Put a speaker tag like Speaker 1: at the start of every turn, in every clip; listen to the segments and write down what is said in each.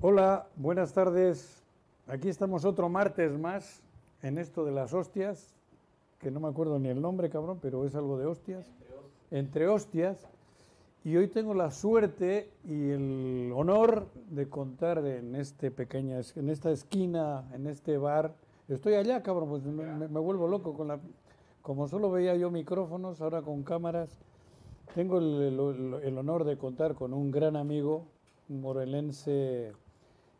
Speaker 1: Hola, buenas tardes. Aquí estamos otro martes más en esto de las hostias, que no me acuerdo ni el nombre, cabrón, pero es algo de hostias. Entre hostias. Y hoy tengo la suerte y el honor de contar en este pequeña, es- en esta esquina, en este bar. Estoy allá, cabrón, pues me, me- me vuelvo loco con la. Como solo veía yo micrófonos, ahora con cámaras. Tengo el, el- el honor de contar con un gran amigo, un morelense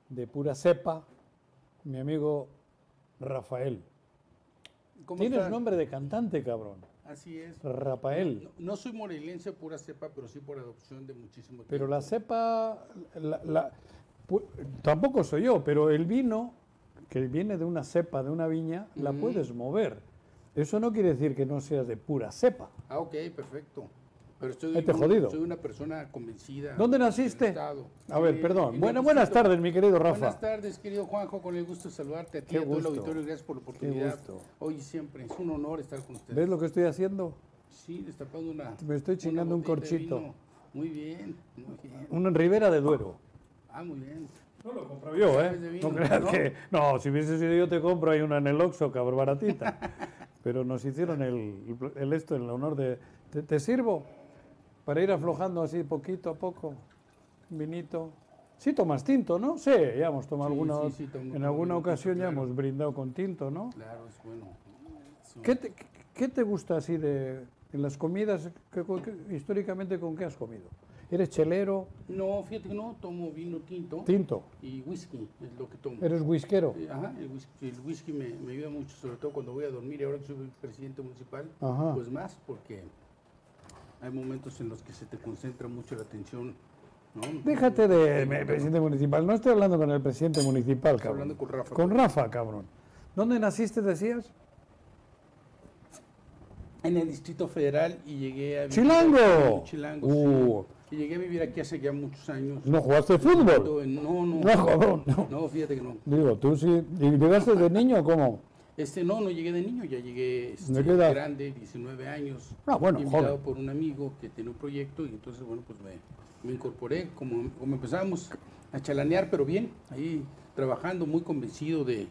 Speaker 1: de pura cepa, mi amigo Rafael.
Speaker 2: ¿Cómo
Speaker 1: Tienes
Speaker 2: están?
Speaker 1: nombre de cantante, cabrón.
Speaker 2: Así es.
Speaker 1: Rafael.
Speaker 2: No, no soy morelense pura cepa, pero sí por adopción de muchísimo
Speaker 1: Pero
Speaker 2: tiempo.
Speaker 1: la cepa, la- la- pu- tampoco soy yo, pero el vino que viene de una cepa, de una viña, la
Speaker 2: Mm.
Speaker 1: puedes mover. Eso no quiere decir que no seas de pura cepa.
Speaker 2: Ah, ok, perfecto. Pero estoy
Speaker 1: Vete Este jodido.
Speaker 2: soy una persona convencida.
Speaker 1: ¿Dónde
Speaker 2: del
Speaker 1: naciste?
Speaker 2: Estado.
Speaker 1: A ver,
Speaker 2: Eh,
Speaker 1: perdón.
Speaker 2: en
Speaker 1: Buena-
Speaker 2: el
Speaker 1: buenas
Speaker 2: distrito-
Speaker 1: tardes, mi querido
Speaker 2: Buenas
Speaker 1: Rafa.
Speaker 2: tardes, querido Juanjo, con el gusto de saludarte a ti,
Speaker 1: Qué
Speaker 2: a todo el
Speaker 1: gusto.
Speaker 2: auditorio, gracias por la oportunidad.
Speaker 1: gusto.
Speaker 2: Hoy y siempre, es un honor estar con ustedes.
Speaker 1: ¿Ves lo que estoy haciendo?
Speaker 2: Sí, destapando una...
Speaker 1: Me estoy
Speaker 2: una
Speaker 1: chingando un
Speaker 2: botella de
Speaker 1: corchito.
Speaker 2: vino. Muy bien, muy bien.
Speaker 1: Una en Ribera de Duero.
Speaker 2: Ah, muy bien.
Speaker 1: No lo compro yo, ¿eh?
Speaker 2: ¿Sabes de vino,
Speaker 1: No creas
Speaker 2: no?
Speaker 1: que. No, si hubiese sido yo, te compro ahí una en el Oxxo, cabrón, baratita. Pero nos hicieron el, el esto, el honor de. ¿Te, te sirvo? Para ir aflojando así poquito a poco. Vinito. Sí, tomas tinto, ¿no? Sí, ya hemos tomado
Speaker 2: Sí,
Speaker 1: alguna.
Speaker 2: sí, sí, tomo-
Speaker 1: en
Speaker 2: tomo
Speaker 1: alguna
Speaker 2: tinto,
Speaker 1: ocasión ya
Speaker 2: claro.
Speaker 1: hemos brindado con tinto, ¿no?
Speaker 2: Claro, es bueno. Es un-
Speaker 1: ¿Qué te, qué- qué te gusta así de, en las comidas? ¿Qué- qué- históricamente, ¿con qué has comido? ¿Eres chelero?
Speaker 2: No, fíjate que no, tomo vino tinto
Speaker 1: Tinto.
Speaker 2: y whisky, es lo que tomo.
Speaker 1: ¿Eres whiskero?
Speaker 2: Eh, Ajá, el whisky, el whisky me, me ayuda mucho, sobre todo cuando voy a dormir y ahora que soy presidente municipal,
Speaker 1: Ajá.
Speaker 2: pues más porque hay momentos en los que se te concentra mucho la atención, ¿no?
Speaker 1: Déjate de me- presidente municipal. No estoy hablando con el presidente municipal,
Speaker 2: Estoy
Speaker 1: cabrón.
Speaker 2: hablando con Rafa.
Speaker 1: Con Rafa, cabrón. ¿Dónde naciste, decías?
Speaker 2: En el Distrito Federal y llegué a vivir
Speaker 1: ¡Chilango!
Speaker 2: aquí, Chilango,
Speaker 1: Uh.
Speaker 2: sí. Y llegué a vivir aquí hace ya muchos años.
Speaker 1: No jugaste fútbol.
Speaker 2: Todo en- No, no,
Speaker 1: No, cabrón. no.
Speaker 2: no, fíjate que no.
Speaker 1: Digo, tú sí. ¿Y llegaste de niño o cómo?
Speaker 2: Este, no, no llegué de niño, ya llegué este,
Speaker 1: ¿De qué edad?
Speaker 2: grande, 19 años.
Speaker 1: Ah, bueno,
Speaker 2: invitado
Speaker 1: joven.
Speaker 2: por un amigo que tenía un proyecto y entonces, bueno, pues me, me incorporé, como, como empezamos a chalanear, pero bien, ahí trabajando, muy convencido de,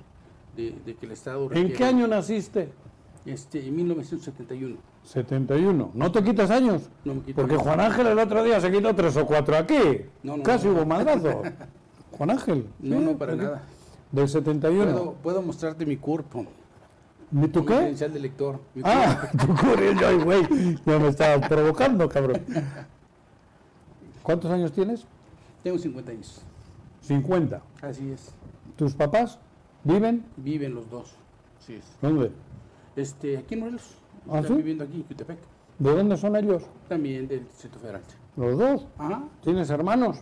Speaker 2: de- de que el Estado...
Speaker 1: ¿En
Speaker 2: requiere-
Speaker 1: qué año naciste?
Speaker 2: Este, en 1971.
Speaker 1: 71. ¿No te quitas años?
Speaker 2: No me quito
Speaker 1: Porque
Speaker 2: años.
Speaker 1: Juan Ángel el otro día se quitó tres o cuatro aquí.
Speaker 2: No, no,
Speaker 1: Casi
Speaker 2: no.
Speaker 1: hubo madrazo. Juan Ángel.
Speaker 2: No,
Speaker 1: ¿sí?
Speaker 2: no, para
Speaker 1: ¿De qué?
Speaker 2: nada.
Speaker 1: Del 71.
Speaker 2: Puedo, puedo mostrarte mi cuerpo.
Speaker 1: ¿Y tú
Speaker 2: mi
Speaker 1: qué?
Speaker 2: credencial de lector. mi
Speaker 1: Ah, tú corriendo ahí, güey. Ya me estaba provocando, cabrón. ¿Cuántos años tienes?
Speaker 2: cuerpo. Tengo 50 años.
Speaker 1: 50.
Speaker 2: Así es.
Speaker 1: ¿Tus papás viven?
Speaker 2: Viven los dos. Así es.
Speaker 1: ¿Dónde?
Speaker 2: Este, aquí en Morelos.
Speaker 1: ¿Ah,
Speaker 2: Están
Speaker 1: sí?
Speaker 2: viviendo aquí en Jutepec.
Speaker 1: ¿De dónde son ellos?
Speaker 2: También del Distrito Federal.
Speaker 1: ¿Los dos?
Speaker 2: Ajá.
Speaker 1: ¿Tienes hermanos?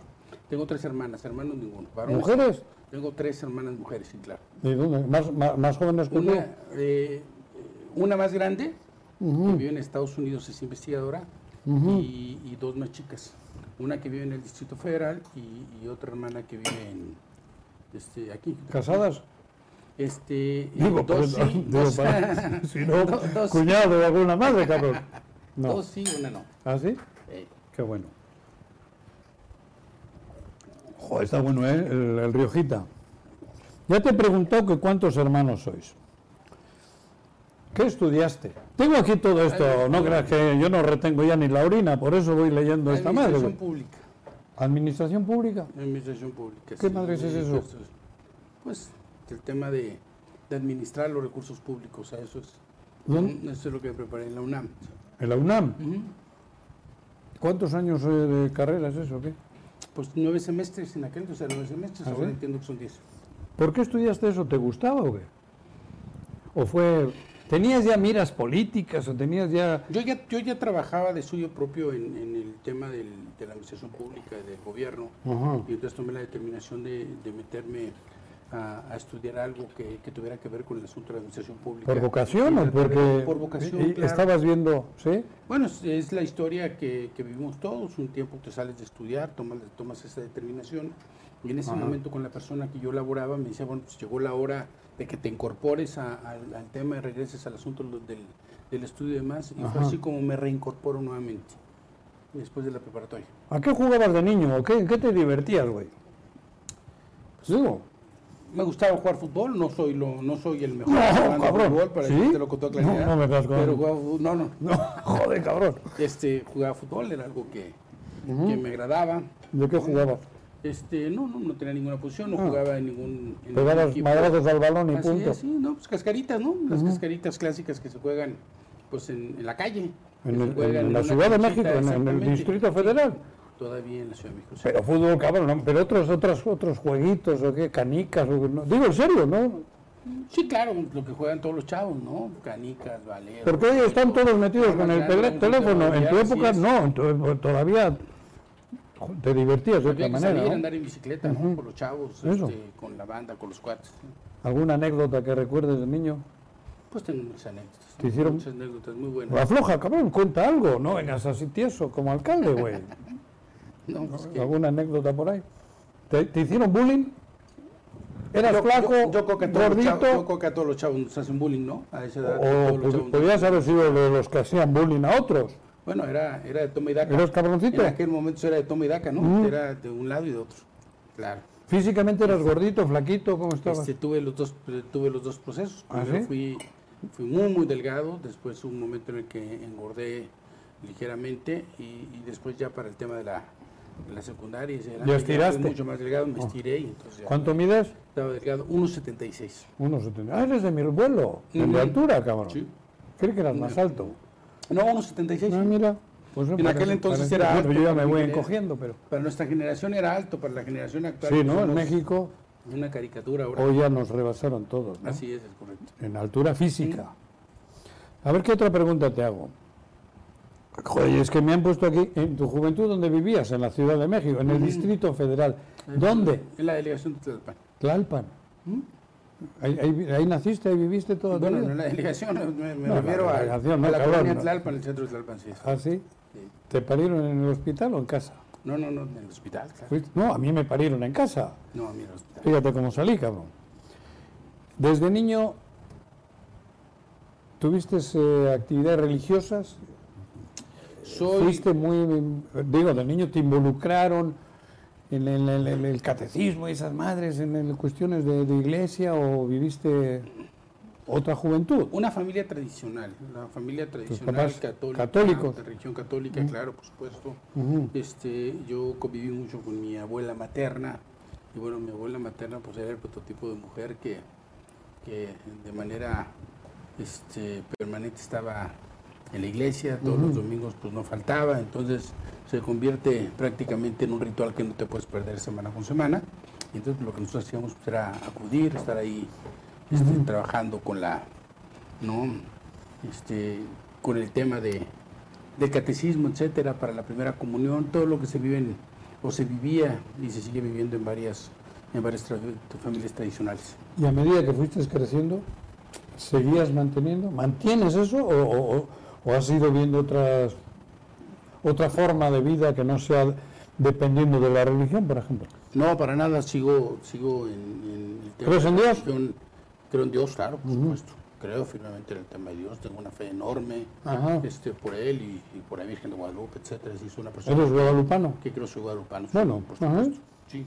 Speaker 2: Tengo tres hermanas, hermanos ninguno. varones.
Speaker 1: ¿Mujeres?
Speaker 2: Tengo tres hermanas mujeres, sí, claro.
Speaker 1: ¿De dónde? ¿Más, más, más jóvenes que tú?
Speaker 2: Una, eh, eh, una más grande, que vive en Estados Unidos, es investigadora, y, y dos más chicas. Una que vive en el Distrito Federal y, y otra hermana que vive en, este, aquí.
Speaker 1: ¿Casadas?
Speaker 2: Este, eh,
Speaker 1: Digo,
Speaker 2: dos,
Speaker 1: pues,
Speaker 2: sí,
Speaker 1: digo,
Speaker 2: dos-
Speaker 1: para- si no,
Speaker 2: do- dos-
Speaker 1: cuñado de alguna madre, cabrón. No.
Speaker 2: dos sí, una no.
Speaker 1: ¿Ah, sí?
Speaker 2: Eh,
Speaker 1: Qué bueno. Joder, está bueno, ¿eh? El, el Riojita. Ya te preguntó que cuántos hermanos sois. ¿Qué estudiaste? Tengo aquí todo esto, no creas que yo no retengo ya ni la orina, por eso voy leyendo esta madre.
Speaker 2: administración
Speaker 1: güey.
Speaker 2: pública.
Speaker 1: Administración pública.
Speaker 2: Administración pública.
Speaker 1: ¿Qué
Speaker 2: sí,
Speaker 1: madres es
Speaker 2: de
Speaker 1: eso?
Speaker 2: recursos. Pues el tema de, de administrar los recursos públicos, a eso es. mm,
Speaker 1: ¿Dónde?
Speaker 2: Eso es lo que preparé en la UNAM.
Speaker 1: En la UNAM.
Speaker 2: Ujú.
Speaker 1: ¿Cuántos años eh, de carrera es eso? o ¿Qué?
Speaker 2: Pues nueve semestres en aquel, o sea, nueve semestres,
Speaker 1: ¿Ah,
Speaker 2: ahora
Speaker 1: sí?
Speaker 2: entiendo que son diez.
Speaker 1: ¿Por qué estudiaste eso? ¿Te gustaba o qué? ¿O fue... ¿Tenías ya miras políticas o tenías ya...
Speaker 2: Yo ya, yo ya trabajaba de suyo propio en, en el tema del- de la administración pública, del gobierno,
Speaker 1: Ajá.
Speaker 2: y entonces tomé la determinación de, de meterme a, a estudiar algo que, que tuviera que ver con el asunto de la administración pública.
Speaker 1: ¿Por vocación
Speaker 2: Y
Speaker 1: o
Speaker 2: tratar-
Speaker 1: porque e,
Speaker 2: Por vocación,
Speaker 1: y- y
Speaker 2: claro.
Speaker 1: estabas viendo, sí?
Speaker 2: Bueno, es, es la historia que, que vivimos todos. Un tiempo te sales de estudiar, tomas, tomas esa determinación. Y en ese momento con la persona que yo laboraba me decía, bueno, pues llegó la hora de que te incorpores a- al, al tema y regreses al asunto lo- del, del estudio y demás. Y fue
Speaker 1: Ajá.
Speaker 2: así como me reincorporo nuevamente, después de la preparatoria.
Speaker 1: ¿A qué jugabas de niño o qué? ¿En qué te divertías, güey? Pues Digo,
Speaker 2: Me gustaba jugar fútbol, no soy lo, no soy el mejor
Speaker 1: No,
Speaker 2: jugando
Speaker 1: cabrón.
Speaker 2: fútbol, para
Speaker 1: ¿Sí?
Speaker 2: decírtelo con toda
Speaker 1: No,
Speaker 2: claridad.
Speaker 1: no me estás jugando.
Speaker 2: pero jugaba fu- no, no,
Speaker 1: no, joder, cabrón.
Speaker 2: este jugaba fútbol, era algo que, que me agradaba.
Speaker 1: ¿De qué jugabas?
Speaker 2: Este, no, no, no tenía ninguna posición, no
Speaker 1: Ah.
Speaker 2: jugaba en ningún, en ningún
Speaker 1: Pegabas
Speaker 2: equipo.
Speaker 1: madrazos al balón y
Speaker 2: Así
Speaker 1: punto.
Speaker 2: es, sí, no, pues cascaritas, ¿no? Las cascaritas clásicas que se juegan pues en, en la calle. que
Speaker 1: En,
Speaker 2: se
Speaker 1: el- en
Speaker 2: juegan en
Speaker 1: la
Speaker 2: una
Speaker 1: Ciudad de
Speaker 2: canchita,
Speaker 1: México, en, en el
Speaker 2: exactamente.
Speaker 1: Distrito Federal.
Speaker 2: Todavía en la Ciudad de México. sí.
Speaker 1: Pero fútbol, cabrón, ¿no? pero otros, otros, otros jueguitos, o qué, canicas, o, no. digo en serio, ¿no?
Speaker 2: Sí, claro, lo que juegan todos los chavos, ¿no? Canicas, valeros.
Speaker 1: Porque hoy están todos metidos con el tele- teléfono. En tu época no, en tu- e-, pues, todavía te divertías de otra
Speaker 2: Había que salir a
Speaker 1: manera. ¿no?
Speaker 2: andar en bicicleta, ¿no? Con los chavos,
Speaker 1: Eso.
Speaker 2: este, con la banda, con los cuates. ¿no?
Speaker 1: ¿Alguna anécdota que recuerdes de niño?
Speaker 2: Pues tengo muchas anécdotas.
Speaker 1: ¿Te hicieron?
Speaker 2: Muchas anécdotas muy buenas.
Speaker 1: Afloja, cabrón, cuenta algo, no vengas así tieso como alcalde, güey.
Speaker 2: No, pues que-
Speaker 1: ¿Alguna anécdota por ahí? ¿Te, te hicieron bullying? ¿Eras
Speaker 2: Yo-
Speaker 1: flaco,
Speaker 2: yo- yo creo que a todos los
Speaker 1: gordito?
Speaker 2: chavos- yo creo que a todos los chavos nos hacen bullying, ¿no? A esa edad.
Speaker 1: o pues,
Speaker 2: todos los
Speaker 1: pod-
Speaker 2: chavos-
Speaker 1: podías haber sido de los que hacían bullying a otros.
Speaker 2: Bueno, era, era de toma y daca.
Speaker 1: ¿Eras Mm. cabroncito?
Speaker 2: En aquel momento eso era de toma y daca, ¿no? Era de un lado y de otro. Claro.
Speaker 1: Físicamente eras gordito, flaquito, ¿cómo estabas?
Speaker 2: Este, tuve los dos tuve los dos procesos.
Speaker 1: ¿Ah,
Speaker 2: Primero
Speaker 1: sí?
Speaker 2: fui fui muy muy delgado, después hubo un momento en el que engordé ligeramente y, y después ya para el tema de la, de la secundaria y hacia adelante, fui
Speaker 1: estiraste? Oh.
Speaker 2: mucho más delgado, me estiré y entonces ya
Speaker 1: ¿Cuánto mides?
Speaker 2: estaba delgado 1.76.
Speaker 1: 1,70. Ah, eres de mi vuelo, de mi
Speaker 2: Ujú.
Speaker 1: altura, cabrón.
Speaker 2: Sí.
Speaker 1: Creo que eras más alto.
Speaker 2: No, 1.76.
Speaker 1: Ah, mira. Pues
Speaker 2: En
Speaker 1: parece-
Speaker 2: aquel entonces
Speaker 1: parece-
Speaker 2: era
Speaker 1: Bueno,
Speaker 2: alto,
Speaker 1: yo ya me
Speaker 2: pero
Speaker 1: voy
Speaker 2: mira,
Speaker 1: encogiendo, pero.
Speaker 2: Para nuestra generación era alto, para la generación actual
Speaker 1: Sí,
Speaker 2: pues,
Speaker 1: ¿no? En
Speaker 2: somos
Speaker 1: México
Speaker 2: una caricatura ahora.
Speaker 1: hoy ya nos rebasaron todos, ¿no?
Speaker 2: Así es, es correcto.
Speaker 1: En altura física. A ver qué otra pregunta te hago. Joder, es que me han puesto aquí, en tu juventud, ¿dónde vivías? En la Ciudad de México, en el Distrito Federal. ¿Dónde?
Speaker 2: Mm. En la delegación de Tlalpan.
Speaker 1: Tlalpan. Ahí, ahí- ahí naciste, ahí viviste toda tu
Speaker 2: ¿Mm? Bueno,
Speaker 1: vida.
Speaker 2: no la delegación, me, me
Speaker 1: No, la
Speaker 2: refiero a,
Speaker 1: delegación, no,
Speaker 2: a la
Speaker 1: cabrón,
Speaker 2: colonia
Speaker 1: no.
Speaker 2: Tlalpan, el centro de Tlalpan, sí.
Speaker 1: ¿Ah, sí?
Speaker 2: Sí.
Speaker 1: ¿Te parieron en el hospital o en casa?
Speaker 2: No, no, no, en el hospital, claro.
Speaker 1: Fuiste- No, a mí me parieron en casa.
Speaker 2: No, mira, el hospital.
Speaker 1: Fíjate cómo salí, cabrón. Desde niño, ¿tuviste eh, actividades religiosas?
Speaker 2: Soy,
Speaker 1: Fuiste muy, digo, de niño te involucraron en el, en el- el catecismo y esas madres, en el- cuestiones de, de iglesia o viviste otra juventud.
Speaker 2: una familia tradicional, una familia tradicional
Speaker 1: papás
Speaker 2: católica,
Speaker 1: católicos.
Speaker 2: de religión católica, claro, por supuesto.
Speaker 1: Ujú.
Speaker 2: Este, yo conviví mucho con mi abuela materna y bueno, mi abuela materna pues era el prototipo de mujer que, que de manera este, permanente estaba en la iglesia, todos los domingos pues no faltaba, entonces se convierte prácticamente en un ritual que no te puedes perder semana con semana. Y entonces lo que nosotros hacíamos pues, era acudir, estar ahí este, trabajando con la, ¿no? Este, con el tema de, del catecismo, etcétera, para la primera comunión, todo lo que se vive en- o se vivía y se sigue viviendo en varias, en varias tra- familias tradicionales.
Speaker 1: Y a medida que fuiste creciendo, ¿seguías manteniendo? ¿Mantienes eso o, o- o- o has ido viendo otras, otra forma de vida que no sea dependiendo de la religión, por ejemplo?
Speaker 2: No, para nada, sigo, sigo en, en el tema.
Speaker 1: ¿Crees en
Speaker 2: de la
Speaker 1: Dios?
Speaker 2: religión. Creo en Dios, claro, por supuesto. Creo firmemente en el tema de Dios, tengo una fe enorme
Speaker 1: Ajá.
Speaker 2: este, por él y, y por la Virgen de Guadalupe, etcétera. Sí, soy una persona
Speaker 1: ¿Eres guadalupano?
Speaker 2: que creo soy guadalupano. sí,
Speaker 1: Bueno,
Speaker 2: por
Speaker 1: ajá.
Speaker 2: supuesto. Sí.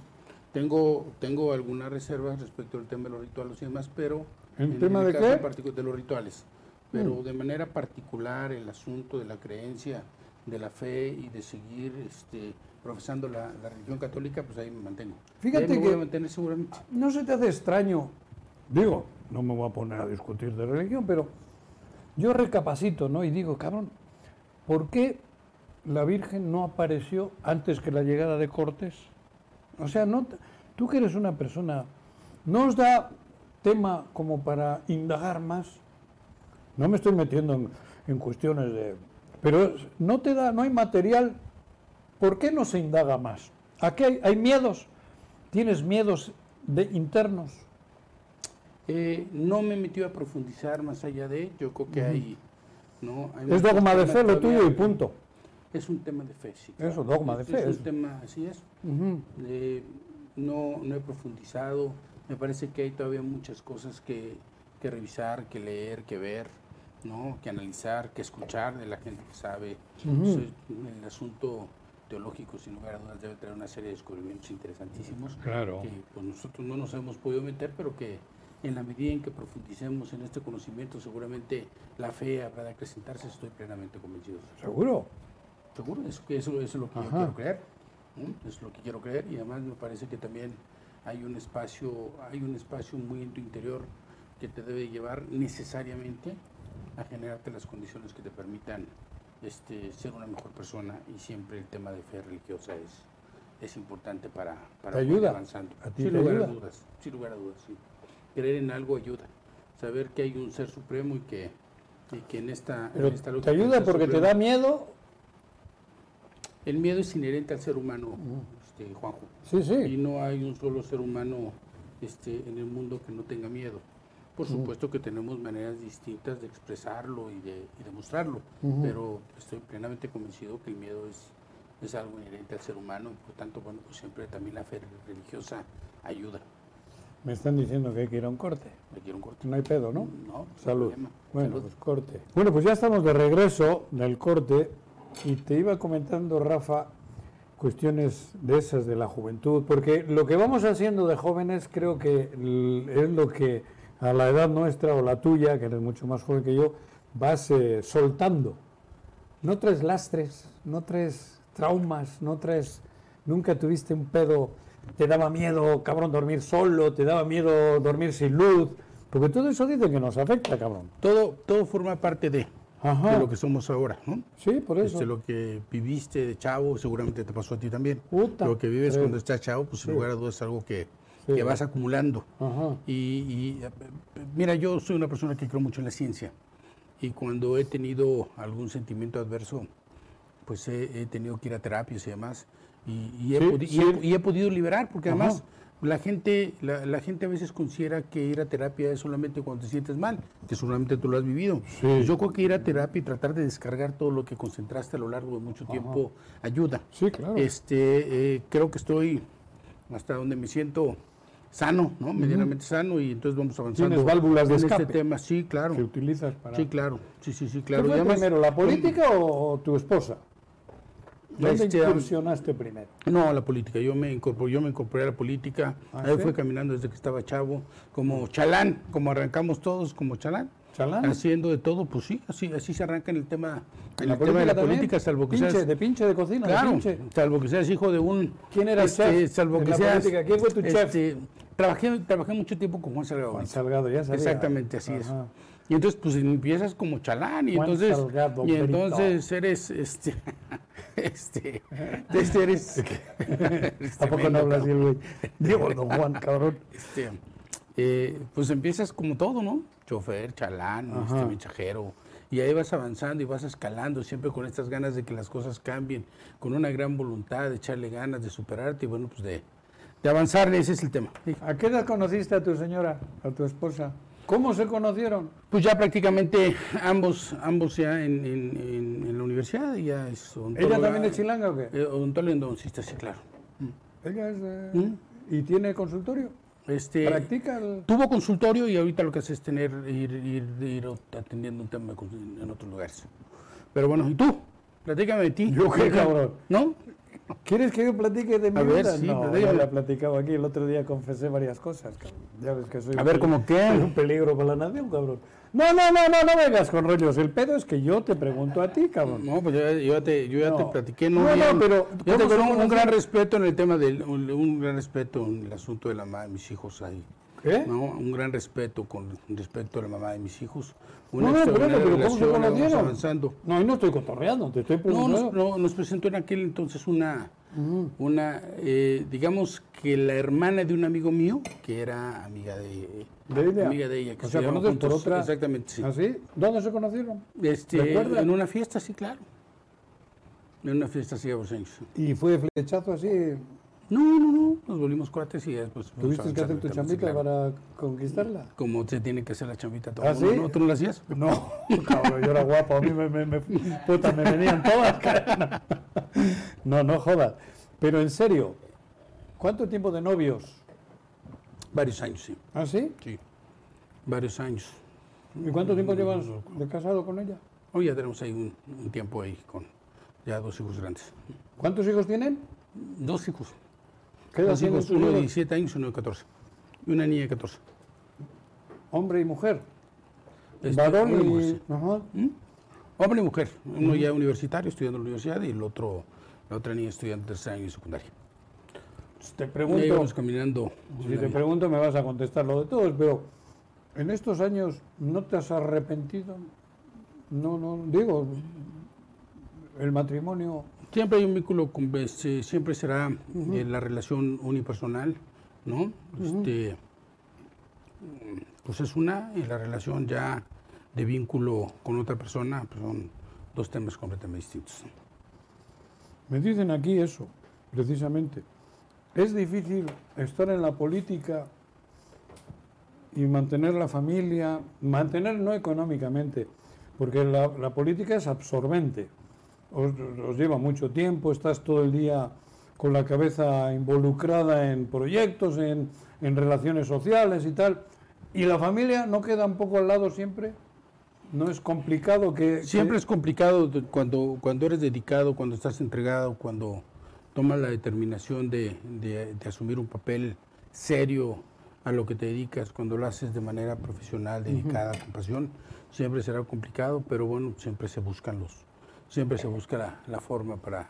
Speaker 2: Tengo, tengo algunas reservas respecto al tema de los rituales y demás, pero...
Speaker 1: ¿El
Speaker 2: en
Speaker 1: tema
Speaker 2: mi
Speaker 1: de
Speaker 2: caso
Speaker 1: qué? Mm.
Speaker 2: en particu- De los rituales. Pero de manera particular el asunto de la creencia, de la fe y de seguir este, profesando la, la religión católica, pues ahí me mantengo. Y ahí
Speaker 1: Fíjate
Speaker 2: me voy
Speaker 1: que-
Speaker 2: a mantener seguramente.
Speaker 1: ¿No se te hace extraño? Digo, no me voy a poner a discutir de religión, pero yo recapacito, ¿no? Y digo, cabrón, ¿por qué la Virgen no apareció antes que la llegada de Cortés? O sea, no, te- tú que eres una persona, ¿no os da tema como para indagar más? No me estoy metiendo en, en cuestiones de... Pero no te da, no hay material. ¿Por qué no se indaga más? Aquí hay, hay miedos. Tienes miedos de internos.
Speaker 2: Eh, no me metió a profundizar más allá de, yo creo que hay... ¿no? Hay
Speaker 1: Es
Speaker 2: muchos
Speaker 1: dogma de
Speaker 2: temas
Speaker 1: fe lo
Speaker 2: todavía-
Speaker 1: tuyo y punto.
Speaker 2: Es un tema de fe, sí.
Speaker 1: Eso, dogma de
Speaker 2: Es-
Speaker 1: fe,
Speaker 2: Es
Speaker 1: eso.
Speaker 2: un tema, así es.
Speaker 1: Ujú.
Speaker 2: Eh, no, no he profundizado. Me parece que hay todavía muchas cosas que, que revisar, que leer, que ver, ¿no? que analizar, que escuchar de la gente que sabe. Entonces, el asunto teológico, sin lugar a dudas, debe traer una serie de descubrimientos interesantísimos
Speaker 3: Claro.
Speaker 2: que pues, nosotros no nos hemos podido meter, pero que en la medida en que profundicemos en este conocimiento, seguramente la fe habrá de acrecentarse, estoy plenamente convencido.
Speaker 3: ¿Seguro?
Speaker 2: Seguro, eso, eso, eso es lo que yo
Speaker 3: Ajá.
Speaker 2: quiero creer. ¿no? Es lo que quiero creer y además me parece que también hay un espacio, hay un espacio muy en tu interior que te debe llevar necesariamente a generarte las condiciones que te permitan este, ser una mejor persona y siempre el tema de fe religiosa es, es importante para, para
Speaker 3: Te
Speaker 2: poder ir
Speaker 3: ayuda,
Speaker 2: avanzando.
Speaker 3: a ti
Speaker 2: sin
Speaker 3: te
Speaker 2: lugar a
Speaker 3: ayuda.
Speaker 2: dudas, sin lugar a dudas, sí. Creer en algo ayuda. Saber que hay un ser supremo y que, y que en esta,
Speaker 3: Pero
Speaker 2: en
Speaker 3: te
Speaker 2: esta lucha por el
Speaker 3: ayuda
Speaker 2: ser
Speaker 3: porque te
Speaker 2: supremo-
Speaker 3: da miedo.
Speaker 2: el miedo es inherente al ser humano, este, Juanjo.
Speaker 3: Sí,
Speaker 2: Y
Speaker 3: sí.
Speaker 2: no hay un solo ser humano este, en el mundo que no tenga miedo. Por supuesto que tenemos maneras distintas de expresarlo y de, y de mostrarlo, pero estoy plenamente convencido que el miedo es, es algo inherente al ser humano y por tanto, bueno, pues siempre también la fe religiosa ayuda.
Speaker 1: Me están diciendo que hay que ir a un corte.
Speaker 2: Me quiero un corte.
Speaker 1: No hay pedo, ¿no?
Speaker 2: No, sin
Speaker 1: Salud.
Speaker 2: problema.
Speaker 1: Bueno,
Speaker 2: Salud.
Speaker 1: pues corte. Bueno, pues ya estamos de regreso del corte y te iba comentando, Rafa, cuestiones de esas de la juventud, porque lo que vamos haciendo de jóvenes creo que l- es lo que a la edad nuestra o la tuya, que eres mucho más joven que yo, vas eh, soltando. No traes lastres, no traes traumas, no traes... Nunca tuviste un pedo, te daba miedo, cabrón, dormir solo, te daba miedo dormir sin luz, porque todo eso dice que nos afecta, cabrón.
Speaker 2: Todo, todo forma parte de,
Speaker 1: Ajá.
Speaker 2: de lo que somos ahora, ¿no?
Speaker 1: Sí, por eso.
Speaker 2: Este, lo que viviste de chavo, seguramente te pasó a ti también.
Speaker 1: Puta,
Speaker 2: lo que vives
Speaker 1: creo.
Speaker 2: cuando estás chavo, pues sin lugar a dudas es algo que,
Speaker 1: Sí.
Speaker 2: que vas acumulando.
Speaker 1: Ajá.
Speaker 2: Y, y, eh, mira, yo soy una persona que creo mucho en la ciencia. Y cuando he tenido algún sentimiento adverso, pues he, he tenido que ir a terapias y demás. Y, y he,
Speaker 1: Sí,
Speaker 2: podi- y he-
Speaker 1: sí.
Speaker 2: y he podido liberar, porque
Speaker 1: Ajá.
Speaker 2: además la gente, la, la gente a veces considera que ir a terapia es solamente cuando te sientes mal, que seguramente tú lo has vivido.
Speaker 1: Sí.
Speaker 2: Yo creo que ir a terapia y tratar de descargar todo lo que concentraste a lo largo de mucho tiempo ayuda.
Speaker 1: Sí, claro.
Speaker 2: Este, eh, creo que estoy hasta donde me siento sano, ¿no? Medianamente sano y entonces vamos avanzando.
Speaker 1: Tienes válvulas de
Speaker 2: en
Speaker 1: escape.
Speaker 2: este tema, sí, claro.
Speaker 1: Que utilizas para.
Speaker 2: Sí, claro. Sí, sí, sí,
Speaker 1: ¿Qué
Speaker 2: claro.
Speaker 1: fue
Speaker 2: Y además-
Speaker 1: primero, la política o, o tu esposa? ¿Dónde
Speaker 2: Este,
Speaker 1: incursionaste primero?
Speaker 2: No, a la política. Yo me incorporé, yo me incorporé a la política.
Speaker 1: ¿Ah,
Speaker 2: Ahí
Speaker 1: sí?
Speaker 2: fue caminando desde que estaba chavo, como chalán, como arrancamos todos, como chalán.
Speaker 1: ¿Chalán?
Speaker 2: Haciendo de todo, pues sí, así, así se arranca en el tema, en
Speaker 1: ¿La
Speaker 2: el tema de la
Speaker 1: política también?
Speaker 2: política, salvo que
Speaker 1: Pinche,
Speaker 2: seas,
Speaker 1: de pinche de cocina, de
Speaker 2: claro,
Speaker 1: pinche.
Speaker 2: salvo que seas hijo de un,
Speaker 1: ¿Quién era
Speaker 2: este,
Speaker 1: chef
Speaker 2: salvo
Speaker 1: en
Speaker 2: que
Speaker 1: la
Speaker 2: seas,
Speaker 1: política? ¿Quién fue tu chef?
Speaker 2: este, Trabajé, trabajé mucho tiempo con Juan Salgado.
Speaker 1: Juan
Speaker 2: Benito.
Speaker 1: Salgado, ya sabía.
Speaker 2: Exactamente, así
Speaker 1: Ajá.
Speaker 2: es. Y entonces, pues empiezas como chalán, y
Speaker 1: Juan
Speaker 2: entonces,
Speaker 1: Salgado
Speaker 2: y
Speaker 1: Brito.
Speaker 2: entonces eres este. Este, este eres. eres
Speaker 1: ¿A poco no
Speaker 2: tremendo,
Speaker 1: hablas así el güey? Digo, don Juan, cabrón.
Speaker 2: este, eh, pues empiezas como todo, ¿no? Chofer, chalán, este, mensajero. Y ahí vas avanzando y vas escalando, siempre con estas ganas de que las cosas cambien, con una gran voluntad de echarle ganas, de superarte y bueno, pues de, de avanzar, ese es el tema.
Speaker 1: ¿A qué edad conociste a tu señora, a tu esposa? ¿Cómo se conocieron?
Speaker 2: Pues ya prácticamente ambos, ambos ya en, en- en- en la universidad, ya es odontóloga.
Speaker 1: ¿Ella también es chilanga o qué?
Speaker 2: Eh, odontóloga y endodoncista, sí, claro.
Speaker 1: Ella es. eh, ¿Y tiene consultorio?
Speaker 2: Este,
Speaker 1: ¿Practica? el-
Speaker 2: Tuvo consultorio y ahorita lo que hace es tener, ir, ir, ir atendiendo un tema con- en otros lugares. Pero bueno, ¿y tú? Platícame de ti.
Speaker 1: ¿Yo qué, cabrón?
Speaker 2: ¿no?
Speaker 1: ¿Quieres que yo platique de mi
Speaker 2: A ver,
Speaker 1: vida?
Speaker 2: sí,
Speaker 1: no,
Speaker 2: platícame.
Speaker 1: ya la he platicado aquí. El otro día confesé varias cosas, cabrón. Ya ves que soy.
Speaker 2: A
Speaker 1: un
Speaker 2: ver,
Speaker 1: pel-
Speaker 2: ¿cómo qué?
Speaker 1: soy un peligro para la nación, cabrón. No, no, no, no, no vengas con rollos. El pedo es que yo te pregunto a ti, cabrón.
Speaker 2: No, pues yo, ya- yo ya te, yo ya
Speaker 1: No.
Speaker 2: te platiqué. No,
Speaker 1: No,
Speaker 2: Ya-
Speaker 1: no, pero
Speaker 2: Yo
Speaker 1: ¿cómo
Speaker 2: te
Speaker 1: se
Speaker 2: tengo un,
Speaker 1: conoce?
Speaker 2: gran respeto en el tema del. Un, un gran respeto en el asunto de la mamá de mis hijos ahí.
Speaker 1: ¿Qué?
Speaker 2: No, un gran respeto con respecto a la mamá de mis hijos.
Speaker 1: No, no, espérate,
Speaker 2: extraordinaria
Speaker 1: pero ¿cómo se
Speaker 2: relación, vamos
Speaker 1: conocieron?
Speaker 2: Avanzando.
Speaker 1: No, y no estoy cotorreando, te estoy
Speaker 2: No,
Speaker 1: preguntando.
Speaker 2: nos, no, nos presentó en aquel entonces una, una eh, digamos que la hermana de un amigo mío, que era amiga de,
Speaker 1: ¿De ella?
Speaker 2: amiga de ella. Que
Speaker 1: O sea,
Speaker 2: se llama
Speaker 1: conoces por
Speaker 2: juntos-
Speaker 1: otra.
Speaker 2: Exactamente, sí.
Speaker 1: ¿Ah, sí? ¿Dónde se conocieron?
Speaker 2: Este,
Speaker 1: ¿Recuerdas?
Speaker 2: en una fiesta, sí, claro. En una fiesta, sí, a los años.
Speaker 1: Y fue de flechazo así.
Speaker 2: No, no, no, nos volvimos cuates y ya después... fuimos
Speaker 1: ¿Tuviste que hacer
Speaker 2: avanzando
Speaker 1: tu
Speaker 2: en temas, sí,
Speaker 1: chambita
Speaker 2: claro.
Speaker 1: para conquistarla?
Speaker 2: Como se tiene que hacer la chambita todo
Speaker 1: ¿Ah,
Speaker 2: mundo,
Speaker 1: sí?
Speaker 2: ¿no? ¿Tú no la hacías?
Speaker 1: No, cabrón, yo era guapo, a mí me, me, me- puta, me venían todas. cabrón. No, no jodas. Pero en serio, ¿cuánto tiempo de novios?
Speaker 2: Varios años, sí.
Speaker 1: ¿Ah, sí?
Speaker 2: Sí. Varios años.
Speaker 1: ¿Y cuánto tiempo llevas de casado con ella?
Speaker 2: Hoy ya tenemos ahí un, un tiempo ahí con ya dos hijos grandes.
Speaker 1: ¿Cuántos hijos tienen?
Speaker 2: Dos hijos.
Speaker 1: ¿Qué edad
Speaker 2: Dos
Speaker 1: tienen
Speaker 2: hijos,
Speaker 1: tus
Speaker 2: uno de
Speaker 1: hijos?
Speaker 2: 17 años y uno de 14. Y una niña de 14.
Speaker 1: Hombre y mujer.
Speaker 2: Este,
Speaker 1: Varón
Speaker 2: hombre
Speaker 1: y...
Speaker 2: mujer, ¿Mm? sí.
Speaker 1: Ajá.
Speaker 2: Hombre y mujer. Uno ya universitario, estudiando en la universidad, y el otro, la otra niña estudiando tercer año de secundaria.
Speaker 1: Te
Speaker 2: Ya
Speaker 1: pregunto,
Speaker 2: íbamos caminando. en
Speaker 1: si
Speaker 2: la
Speaker 1: te
Speaker 2: vida.
Speaker 1: pregunto me vas a contestar lo de todos, pero en estos años no te has arrepentido. No, no, digo, el matrimonio
Speaker 2: Siempre hay un vínculo, con, este, siempre será eh, la relación unipersonal, ¿no? Este, mm, pues es una, y la relación ya de vínculo con otra persona pues son dos temas completamente distintos.
Speaker 1: Me dicen aquí eso, precisamente. Es difícil estar en la política y mantener la familia, mantener no económicamente, porque la, la política es absorbente. Os, os lleva mucho tiempo, estás todo el día con la cabeza involucrada en proyectos, en, en relaciones sociales y tal. ¿Y la familia no queda un poco al lado siempre? ¿No es complicado que...
Speaker 2: Siempre
Speaker 1: que-
Speaker 2: es complicado de- cuando, cuando eres dedicado, cuando estás entregado, cuando tomas la determinación de, de- de asumir un papel serio a lo que te dedicas, cuando lo haces de manera profesional, dedicada, con pasión, siempre será complicado, pero bueno, siempre se buscan los, siempre se busca la, la forma para,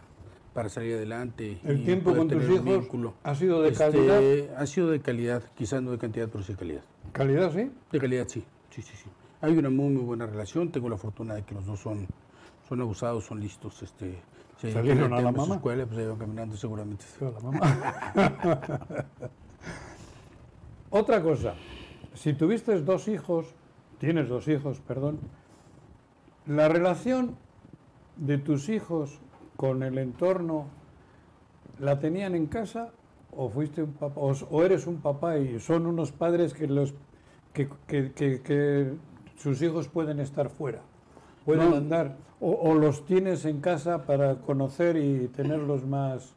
Speaker 2: para salir adelante.
Speaker 1: el
Speaker 2: y
Speaker 1: tiempo
Speaker 2: poder
Speaker 1: con tus
Speaker 2: tener un
Speaker 1: hijos
Speaker 2: vínculo.
Speaker 1: ha sido de
Speaker 2: Este,
Speaker 1: calidad.
Speaker 2: Ha sido de calidad, quizás no de cantidad, pero sí de calidad.
Speaker 1: Calidad, sí.
Speaker 2: De calidad, sí. Sí, sí, sí. Hay una muy, muy buena relación. Tengo la fortuna de que los dos son, son abusados, son listos. Este, se
Speaker 1: ¿Salieron
Speaker 2: dedican
Speaker 1: a
Speaker 2: al
Speaker 1: la
Speaker 2: tema de su
Speaker 1: mamá?
Speaker 2: escuela, pues ahí van caminando seguramente.
Speaker 1: Otra cosa, si tuviste dos hijos, tienes dos hijos, perdón, la relación de tus hijos con el entorno, ¿la tenían en casa o fuiste un papá, o, s- o eres un papá y son unos padres que los que, que- que- que sus hijos pueden estar fuera, pueden
Speaker 2: No.
Speaker 1: andar, o, o los tienes en casa para conocer y tenerlos más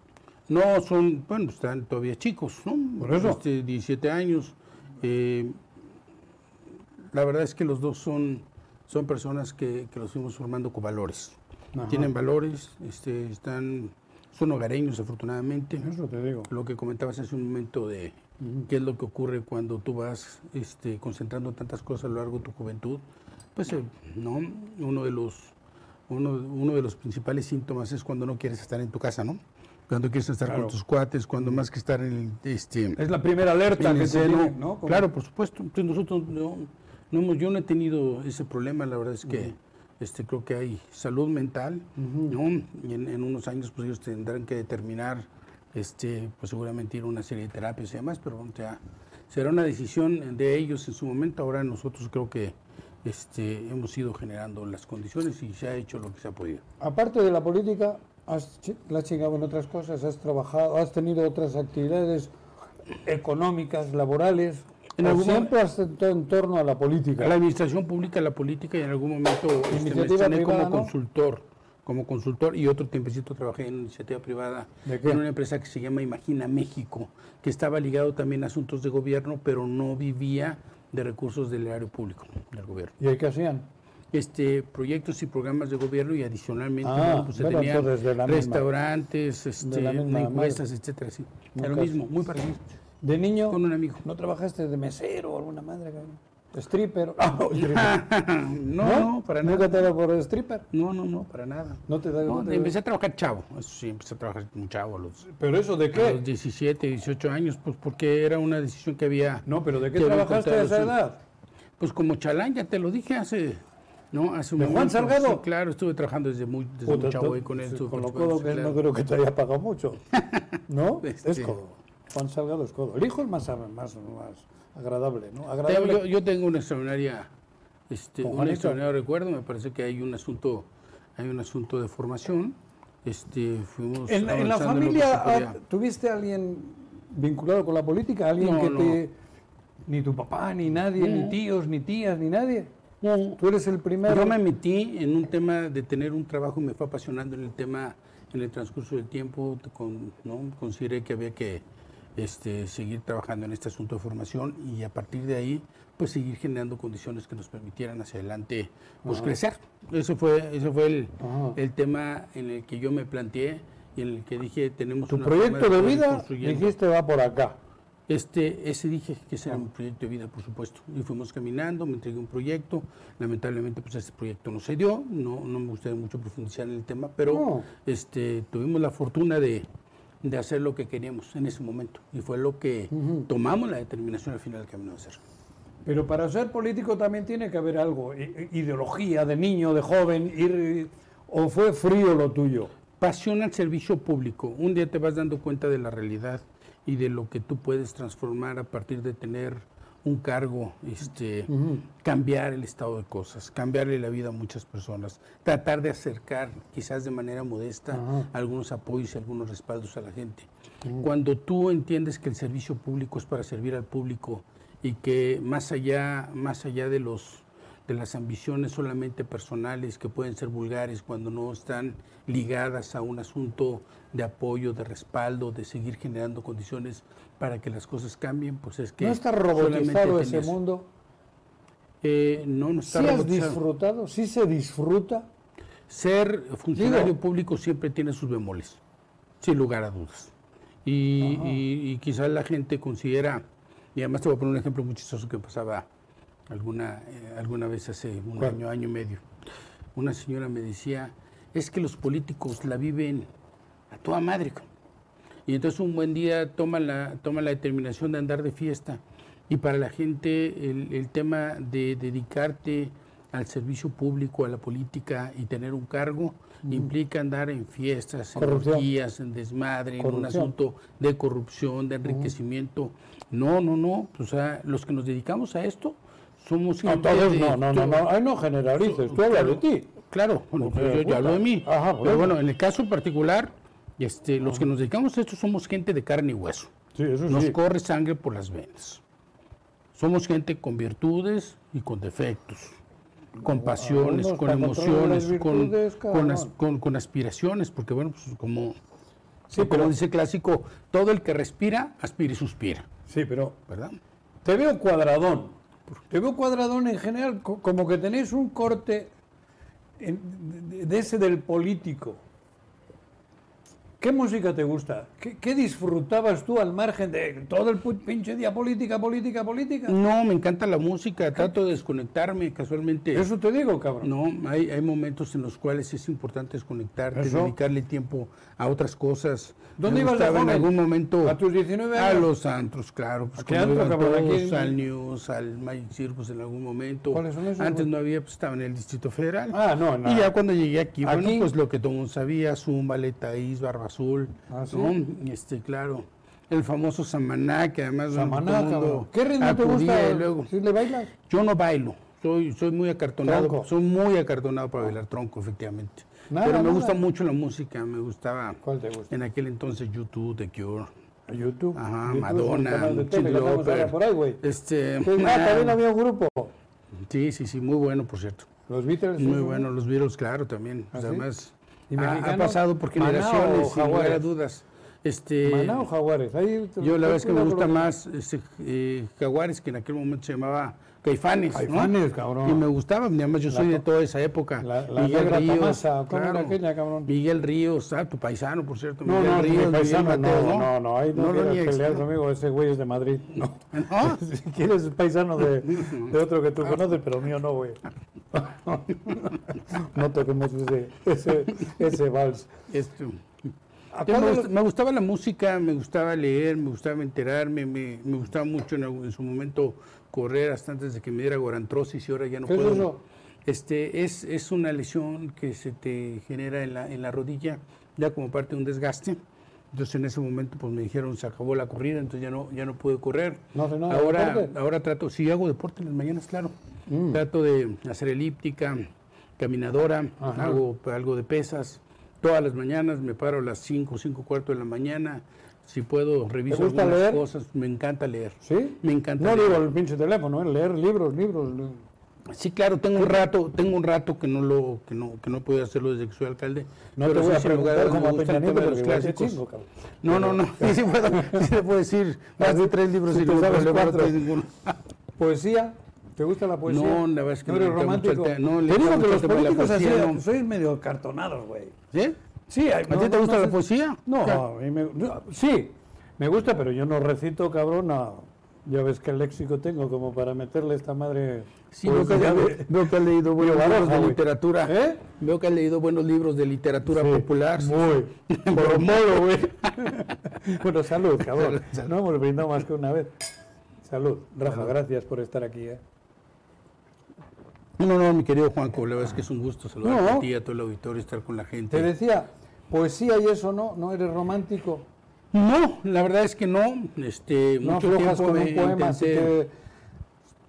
Speaker 2: No, son, bueno, están todavía chicos, ¿no?
Speaker 1: Por eso.
Speaker 2: Este, 17 años. Eh, la verdad es que los dos son, son personas que, que los fuimos formando con valores.
Speaker 1: Ajá.
Speaker 2: Tienen valores, este, están, son hogareños afortunadamente.
Speaker 1: Eso te digo.
Speaker 2: lo que comentabas hace un momento de qué es lo que ocurre cuando tú vas este, concentrando tantas cosas a lo largo de tu juventud, pues eh, no uno de los uno, uno de los principales síntomas es cuando no quieres estar en tu casa, ¿no? Cuando quieres estar
Speaker 1: Claro.
Speaker 2: con tus cuates, cuando más que estar en el, este
Speaker 1: Es la primera alerta
Speaker 2: en
Speaker 1: que
Speaker 2: el
Speaker 1: se
Speaker 2: seno.
Speaker 1: tiene, ¿no? Como-
Speaker 2: Claro, por supuesto. Entonces nosotros no, no hemos, yo no he tenido ese problema, la verdad es que este, creo que hay salud mental, ¿no? Y en, en unos años pues ellos tendrán que determinar, este, pues seguramente ir a una serie de terapias y demás, pero bueno, ya será una decisión de ellos en su momento. Ahora nosotros creo que este, hemos ido generando las condiciones y se ha hecho lo que se ha podido.
Speaker 1: Aparte de la política, has, chi- la has chingado en otras cosas, has trabajado, has tenido otras actividades económicas, laborales.
Speaker 2: En
Speaker 1: o
Speaker 2: algún
Speaker 1: siempre has estado en torno a la política.
Speaker 2: La administración pública, la política y en algún momento este, me
Speaker 1: Iniciativa
Speaker 2: estrené
Speaker 1: privada,
Speaker 2: como
Speaker 1: ¿no?
Speaker 2: consultor, como consultor y otro tiempecito trabajé en iniciativa privada
Speaker 1: ¿De qué?
Speaker 2: en una empresa que se llama Imagina México, que estaba ligado también a asuntos de gobierno, pero no vivía de recursos del erario público, del gobierno.
Speaker 1: ¿Y ahí qué hacían?
Speaker 2: Este proyectos y programas de gobierno y adicionalmente
Speaker 1: Ah,
Speaker 2: bueno, pues, se
Speaker 1: bueno,
Speaker 2: tenían
Speaker 1: entonces, de la misma.
Speaker 2: restaurantes, este,
Speaker 1: la misma madre.
Speaker 2: encuestas, etcétera, sí. Era lo
Speaker 1: Nunca-
Speaker 2: mismo, muy parecido,
Speaker 1: ¿De niño?
Speaker 2: con un amigo.
Speaker 1: ¿No trabajaste de mesero o alguna madre? cabrón? ¿Stripper? Ah, no,
Speaker 2: no, no, para nada.
Speaker 1: ¿Nunca te daba por stripper?
Speaker 2: No, no, no, para nada.
Speaker 1: No te da-
Speaker 2: No,
Speaker 1: no te-
Speaker 2: empecé a trabajar chavo, eso sí, empecé a trabajar muy chavo a los,
Speaker 1: ¿Pero eso de
Speaker 2: a los 17, 18 años, pues porque era una decisión que había.
Speaker 1: No, pero ¿de qué
Speaker 2: que había
Speaker 1: trabajaste a
Speaker 2: encontrado,
Speaker 1: esa
Speaker 2: sí.
Speaker 1: edad?
Speaker 2: Pues como chalán, ya te lo dije hace. ¿No? Hace un
Speaker 1: ¿De Juan
Speaker 2: momento.
Speaker 1: Salgado?
Speaker 2: Sí, claro, estuve trabajando desde muy, desde muy
Speaker 1: Puta,
Speaker 2: chavo
Speaker 1: tú-
Speaker 2: ahí con él.
Speaker 1: sí,
Speaker 2: estuve
Speaker 1: con lo
Speaker 2: participando,
Speaker 1: codo
Speaker 2: sí,
Speaker 1: que
Speaker 2: claro.
Speaker 1: no creo que te haya pagado mucho. ¿No? Es
Speaker 2: Este.
Speaker 1: codo. Juan Salgado es codo. El hijo es más, más, más agradable, ¿no?
Speaker 2: Te-
Speaker 1: Agradable.
Speaker 2: yo, yo tengo una extraordinaria, este,
Speaker 1: Con
Speaker 2: un
Speaker 1: Juanito.
Speaker 2: extraordinario recuerdo. Me parece que hay un asunto, hay un asunto de formación. Este, fuimos
Speaker 1: en, en la
Speaker 2: avanzando lo que
Speaker 1: familia
Speaker 2: se podía.
Speaker 1: ah, tuviste a alguien vinculado con la política? ¿Alguien
Speaker 2: No,
Speaker 1: que
Speaker 2: no.
Speaker 1: te... Ni tu papá, ni nadie, ni tíos, ni tías, ni nadie.
Speaker 2: No.
Speaker 1: Tú eres el primero.
Speaker 2: Yo me metí en un tema de tener un trabajo y me fue apasionando en el tema en el transcurso del tiempo. te- con- ¿no? Consideré que había que este, seguir trabajando en este asunto de formación y a partir de ahí, pues seguir generando condiciones que nos permitieran hacia adelante pues,
Speaker 1: Ajá.
Speaker 2: crecer. Ese fue, ese fue el,
Speaker 1: Ajá.
Speaker 2: el tema en el que yo me planteé y en el que dije, tenemos
Speaker 1: Tu
Speaker 2: una
Speaker 1: proyecto
Speaker 2: forma
Speaker 1: de
Speaker 2: poder ir
Speaker 1: vida,
Speaker 2: construyendo.
Speaker 1: dijiste, va por acá.
Speaker 2: Este, ese dije que ese era mi proyecto de vida, por supuesto. Y fuimos caminando, me entregué un proyecto. Lamentablemente, pues este proyecto no se dio. No, no me gustaría mucho profundizar en el tema, pero
Speaker 1: No.
Speaker 2: este, tuvimos la fortuna de, de hacer lo que queríamos en ese momento. Y fue lo que tomamos la determinación al final del camino de hacer.
Speaker 1: Pero para ser político también tiene que haber algo, i- i- ideología de niño, de joven, ir, o fue frío lo tuyo.
Speaker 2: Pasión al servicio público. Un día te vas dando cuenta de la realidad y de lo que tú puedes transformar a partir de tener un cargo, este, cambiar el estado de cosas, cambiarle la vida a muchas personas, tratar de acercar, quizás de manera modesta, algunos apoyos y algunos respaldos a la gente. Cuando tú entiendes que el servicio público es para servir al público y que más allá, más allá de los de las ambiciones solamente personales que pueden ser vulgares cuando no están ligadas a un asunto de apoyo, de respaldo, de seguir generando condiciones para que las cosas cambien, pues es que
Speaker 1: ¿No está
Speaker 2: solamente
Speaker 1: robotizado ese
Speaker 2: tenías-
Speaker 1: mundo?
Speaker 2: Eh, no, no
Speaker 1: ¿Sí
Speaker 2: está
Speaker 1: has
Speaker 2: robotizado.
Speaker 1: disfrutado? ¿Sí se disfruta?
Speaker 2: Ser funcionario
Speaker 1: Digo.
Speaker 2: público siempre tiene sus bemoles, sin lugar a dudas. Y, y- y quizás la gente considera, y además te voy a poner un ejemplo muy chistoso que pasaba alguna, eh, alguna vez hace un
Speaker 1: ¿Cuál?
Speaker 2: año, año y medio. Una señora me decía, es que los políticos la viven a toda madre. cabrón". Y entonces un buen día toman la, toman la determinación de andar de fiesta. Y para la gente el, el tema de dedicarte al servicio público, a la política y tener un cargo implica andar en fiestas, en
Speaker 1: Mm. Corrupción.
Speaker 2: orgías, en desmadre, en un
Speaker 1: Corrupción. Mm.
Speaker 2: asunto de corrupción, de enriquecimiento. No, no, no. O sea, los que nos dedicamos a esto somos...
Speaker 1: No,
Speaker 2: gente
Speaker 1: todos
Speaker 2: de-
Speaker 1: no, no, no, no, ay, no generalices, tú hablas de ti.
Speaker 2: Claro, bueno,
Speaker 1: Porque,
Speaker 2: pues yo, yo
Speaker 1: puta,
Speaker 2: hablo de mí.
Speaker 1: ajá, por eso.
Speaker 2: pero bueno, en el caso particular, este, los que nos dedicamos a esto somos gente de carne y hueso.
Speaker 1: Sí, eso
Speaker 2: Nos
Speaker 1: sí.
Speaker 2: corre sangre por las venas. Somos gente con virtudes y con defectos, con pasiones,
Speaker 1: algunos
Speaker 2: con
Speaker 1: para controlar
Speaker 2: emociones,
Speaker 1: las
Speaker 2: con,
Speaker 1: virtudes,
Speaker 2: con, as-
Speaker 1: cabrón.
Speaker 2: con- con aspiraciones, porque bueno, pues como,
Speaker 1: Sí,
Speaker 2: como
Speaker 1: pero-
Speaker 2: dice el clásico, todo el que respira, aspira y suspira,
Speaker 1: Sí, pero
Speaker 2: ¿verdad?
Speaker 1: te veo cuadradón. Te veo cuadradón en general, co- como que tenéis un corte en- de- de ese del político. ¿Qué música te gusta? ¿Qué, qué disfrutabas tú al margen de todo el pu- pinche día política, política, política?
Speaker 2: No, me encanta la música, trato de desconectarme casualmente.
Speaker 1: Eso te digo, cabrón.
Speaker 2: No, hay, hay momentos en los cuales es importante desconectarte,
Speaker 1: Eso.
Speaker 2: dedicarle tiempo a otras cosas.
Speaker 1: ¿Dónde
Speaker 2: Me
Speaker 1: ibas de
Speaker 2: gustaba en
Speaker 1: joven?
Speaker 2: algún momento
Speaker 1: ¿A tus 19
Speaker 2: A
Speaker 1: años?
Speaker 2: los antros, claro. Pues,
Speaker 1: ¿A qué
Speaker 2: como
Speaker 1: antro,
Speaker 2: iban
Speaker 1: cabrón? Aquí
Speaker 2: todos,
Speaker 1: en-
Speaker 2: al News, al Magic Circus en algún momento.
Speaker 1: ¿Cuáles son esos,
Speaker 2: Antes
Speaker 1: güey?
Speaker 2: no había, pues estaba en el Distrito Federal.
Speaker 1: Ah, no, no.
Speaker 2: Y ya cuando llegué aquí,
Speaker 1: Aquí.
Speaker 2: bueno, pues lo que todo mundo sabía, Zumba, Letaís, Barba Azul,
Speaker 1: Ah, ¿sí?
Speaker 2: ¿no? Este, claro. El famoso Samaná, que además bueno,
Speaker 1: Samaná,
Speaker 2: todo mundo
Speaker 1: cabrón. ¿Qué ritmo te
Speaker 2: acudía
Speaker 1: gusta?
Speaker 2: y luego-
Speaker 1: ¿Sí le bailas?
Speaker 2: yo no bailo, soy, soy muy acartonado,
Speaker 1: Tronco.
Speaker 2: soy muy acartonado para bailar tronco, efectivamente.
Speaker 1: Nada,
Speaker 2: Pero me
Speaker 1: nada.
Speaker 2: gusta mucho la música, me gustaba
Speaker 1: ¿Cuál te gusta?
Speaker 2: en aquel entonces YouTube, The Cure,
Speaker 1: YouTube.
Speaker 2: ajá,
Speaker 1: YouTube es un
Speaker 2: Madonna,
Speaker 1: canal de tele
Speaker 2: Cyndi
Speaker 1: que estamos
Speaker 2: Lauper,
Speaker 1: ahora por ahí, güey. Sí,
Speaker 2: Este,
Speaker 1: ah,
Speaker 2: ah,
Speaker 1: también había un grupo.
Speaker 2: sí, sí, sí, muy bueno, por cierto.
Speaker 1: Los Beatles.
Speaker 2: Muy
Speaker 1: sí,
Speaker 2: bueno, los Beatles, claro, también. pues,
Speaker 1: ¿Ah, sí?
Speaker 2: Además,
Speaker 1: ¿Y
Speaker 2: ha- ha,
Speaker 1: mexicanos?
Speaker 2: pasado por
Speaker 1: ¿Maná
Speaker 2: generaciones,
Speaker 1: o
Speaker 2: sin lugar a
Speaker 1: jaguares?
Speaker 2: dudas. Este,
Speaker 1: Maná o Jaguares. Ahí te-
Speaker 2: yo la verdad es que me
Speaker 1: cuidado
Speaker 2: gusta
Speaker 1: con los-
Speaker 2: más este, eh, Jaguares, que en aquel momento se llamaba Caifanes. ¿no?
Speaker 1: Caifanes, cabrón.
Speaker 2: Y me gustaba, además yo soy de toda esa época.
Speaker 1: la- la negra Tomasa, ¿cómo era aquella, cabrón?
Speaker 2: Miguel Ríos, ah, tu paisano, por cierto.
Speaker 1: No,
Speaker 2: Miguel
Speaker 1: no,
Speaker 2: Ríos,
Speaker 1: mi paisano,
Speaker 2: Miguel Mateos,
Speaker 1: no, no, no, ahí no,
Speaker 2: lo
Speaker 1: quieras
Speaker 2: niegues,
Speaker 1: pelear
Speaker 2: ¿no?
Speaker 1: conmigo, ese güey es de Madrid. No.
Speaker 2: ¿No?
Speaker 1: Si quieres es paisano de, de otro que tú conoces, pero mío no, güey. No toquemos ese, ese, ese vals.
Speaker 2: Este,
Speaker 1: Aparte
Speaker 2: yo me,
Speaker 1: de
Speaker 2: gust-
Speaker 1: los-
Speaker 2: me gustaba la música, me gustaba leer, me gustaba enterarme, me, me gustaba mucho en, algún- en su momento correr hasta antes de que me diera gorantrosis y ahora ya no
Speaker 1: ¿Qué es
Speaker 2: puedo.
Speaker 1: eso?
Speaker 2: Este, es, es una lesión que se te genera en la, en la rodilla, ya como parte de un desgaste. Entonces en ese momento pues me dijeron se acabó la corrida, entonces ya no, ya no pude correr.
Speaker 1: No hace nada de
Speaker 2: ahora,
Speaker 1: deporte.
Speaker 2: ahora trato, sí hago deporte en las mañanas, claro.
Speaker 1: Mm.
Speaker 2: Trato de hacer elíptica, caminadora,
Speaker 1: Ajá.
Speaker 2: hago algo de pesas. Todas las mañanas me paro a las 5, 5 cuarto de la mañana. Si puedo, reviso
Speaker 1: gusta
Speaker 2: algunas
Speaker 1: leer?
Speaker 2: cosas. Me encanta leer.
Speaker 1: ¿Sí?
Speaker 2: Me encanta
Speaker 1: No
Speaker 2: leer.
Speaker 1: digo el pinche teléfono, ¿eh? leer libros, libros. li-
Speaker 2: Sí, claro, tengo un rato, tengo un rato que no lo, que no, que no he podido hacerlo desde que soy alcalde.
Speaker 1: No
Speaker 2: pero
Speaker 1: te voy
Speaker 2: sí,
Speaker 1: a
Speaker 2: sin
Speaker 1: preguntar
Speaker 2: lugar dudas,
Speaker 1: como
Speaker 2: me
Speaker 1: a
Speaker 2: gusta
Speaker 1: Peña
Speaker 2: el
Speaker 1: Nieto, pero
Speaker 2: tema de los
Speaker 1: igual te
Speaker 2: clásicos.
Speaker 1: chingo, cabrón.
Speaker 2: No, no, no. Sí, se puedo, sí se puede decir más de tres libros
Speaker 1: Si
Speaker 2: y
Speaker 1: te
Speaker 2: no
Speaker 1: sabes
Speaker 2: problema, no
Speaker 1: cuatro.
Speaker 2: traes ninguno.
Speaker 1: ¿Poesía? ¿Te gusta la poesía?
Speaker 2: No, la verdad es que
Speaker 1: no
Speaker 2: no
Speaker 1: eres
Speaker 2: me gusta mucho el
Speaker 1: romántico.
Speaker 2: te- no, le
Speaker 1: te
Speaker 2: gusta
Speaker 1: digo que
Speaker 2: mucho
Speaker 1: los
Speaker 2: el tema de la
Speaker 1: políticos así
Speaker 2: poesía, no.
Speaker 1: sois medio cartonados, güey.
Speaker 2: ¿Sí?
Speaker 1: Sí, hay-
Speaker 2: ¿A
Speaker 1: no-
Speaker 2: ti te
Speaker 1: no-
Speaker 2: gusta
Speaker 1: no
Speaker 2: la
Speaker 1: sé-
Speaker 2: poesía?
Speaker 1: No,
Speaker 2: Claro.
Speaker 1: a mí me- no, sí, me gusta, pero yo no recito, cabrón. No. Ya ves qué léxico tengo como para meterle esta madre.
Speaker 2: Sí, veo que, veo- veo que has leído buenos
Speaker 1: Baraja,
Speaker 2: libros de
Speaker 1: güey.
Speaker 2: literatura.
Speaker 1: ¿Eh?
Speaker 2: Veo que has leído buenos libros de literatura popular.
Speaker 1: Muy.
Speaker 2: Por modo, güey.
Speaker 1: Bueno, salud, cabrón.
Speaker 2: Salud, salud.
Speaker 1: No hemos brindado más que una vez. Salud. Rafa, gracias por estar aquí. ¿eh?
Speaker 2: No, no, mi querido Juanco, la verdad es que es un gusto saludar
Speaker 1: No.
Speaker 2: a ti, a todo el auditorio, estar con la gente.
Speaker 1: Te decía, poesía y eso no, no eres romántico.
Speaker 2: No, la verdad es que no. Este,
Speaker 1: No
Speaker 2: mucho
Speaker 1: aflojas
Speaker 2: tiempo
Speaker 1: con
Speaker 2: me
Speaker 1: un poema. Si
Speaker 2: intenté-
Speaker 1: te-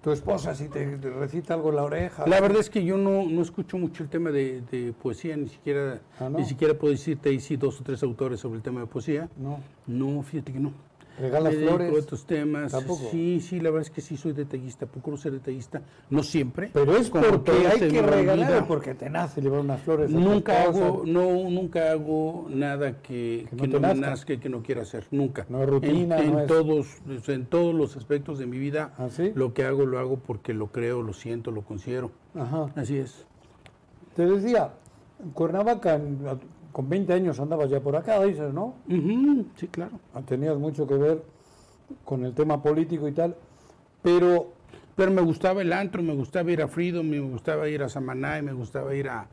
Speaker 1: tu esposa, si te te recita algo en la oreja.
Speaker 2: La verdad es que yo no, no escucho mucho el tema de, de poesía, ni siquiera,
Speaker 1: Ah, ¿no?
Speaker 2: ni siquiera puedo decirte ahí sí dos o tres autores sobre el tema de poesía.
Speaker 1: No.
Speaker 2: No, fíjate que no.
Speaker 1: Regala
Speaker 2: Me dedico a
Speaker 1: flores.
Speaker 2: otros temas.
Speaker 1: Tampoco.
Speaker 2: Sí, sí, la verdad es que sí soy detallista, procuro ser detallista, no siempre.
Speaker 1: Pero es
Speaker 2: Como
Speaker 1: porque
Speaker 2: todo este
Speaker 1: hay
Speaker 2: se
Speaker 1: que
Speaker 2: me
Speaker 1: regalar,
Speaker 2: olvida.
Speaker 1: o porque te nace llevar unas flores. a tu
Speaker 2: Nunca
Speaker 1: esposa.
Speaker 2: hago, no, nunca hago nada que,
Speaker 1: Que no
Speaker 2: que
Speaker 1: te
Speaker 2: no, me
Speaker 1: nazca.
Speaker 2: nazca y que no quiera hacer, nunca.
Speaker 1: No es rutina,
Speaker 2: En, en
Speaker 1: no es-
Speaker 2: todos, en todos los aspectos de mi vida,
Speaker 1: ¿Ah, sí?
Speaker 2: lo que hago lo hago porque lo creo, lo siento, lo considero.
Speaker 1: Ajá.
Speaker 2: Así es.
Speaker 1: Te decía, en Cuernavaca, en- a- con 20 años andabas ya por acá, dices, ¿no?
Speaker 2: Ujú, sí, claro.
Speaker 1: Tenías mucho que ver con el tema político y tal, pero
Speaker 2: Pero me gustaba el antro, me gustaba ir a Freedom, y me gustaba ir a Samaná, y me gustaba ir a,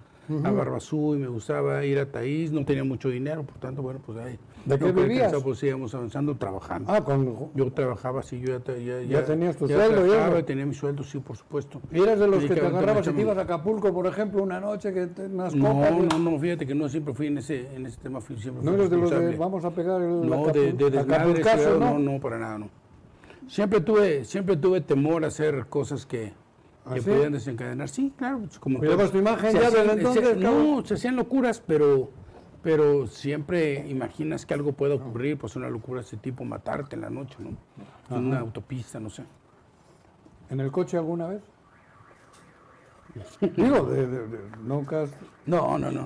Speaker 2: a Barbazú, y me gustaba ir a Taís. No tenía mucho dinero, por tanto, bueno, pues ahí.
Speaker 1: ¿De qué
Speaker 2: no creo que
Speaker 1: vivías?
Speaker 2: alcanzaba, pues íbamos avanzando trabajando.
Speaker 1: ah, con,
Speaker 2: Yo trabajaba, sí, yo ya... tra- Ya,
Speaker 1: tenías tu sueldo, ya.
Speaker 2: trabajaba, tenía mi sueldo, sí, por supuesto.
Speaker 1: eras de los
Speaker 2: Me
Speaker 1: que te
Speaker 2: dedicaba a
Speaker 1: agarrabas y te
Speaker 2: trabajar.
Speaker 1: ibas a Acapulco, por ejemplo, una noche que te, unas copas. que-
Speaker 2: No, no, no, fíjate que no siempre fui en ese, en ese tema, fui siempre
Speaker 1: No
Speaker 2: fui
Speaker 1: eres de los de
Speaker 2: responsable.
Speaker 1: vamos a pegar el
Speaker 2: No, de, de desmadre,
Speaker 1: Acapulcazo,
Speaker 2: cuidado,
Speaker 1: ¿no?
Speaker 2: ¿no? no, para nada, no. Siempre tuve, siempre tuve temor a hacer cosas que,
Speaker 1: ¿Ah,
Speaker 2: que
Speaker 1: sí?
Speaker 2: pudieran desencadenar. Sí, claro, pues, como
Speaker 1: Cuidabas
Speaker 2: todos.
Speaker 1: tu imagen
Speaker 2: Se
Speaker 1: ya
Speaker 2: hacían-
Speaker 1: desde entonces,
Speaker 2: se-
Speaker 1: cabrón.
Speaker 2: no, se hacían locuras, pero, pero siempre imaginas que algo pueda ocurrir, pues una locura de ese tipo, matarte en la noche, ¿no? En una autopista, no sé.
Speaker 1: ¿En el coche alguna vez? Digo, de, de- de- nunca, has-
Speaker 2: No, no, no.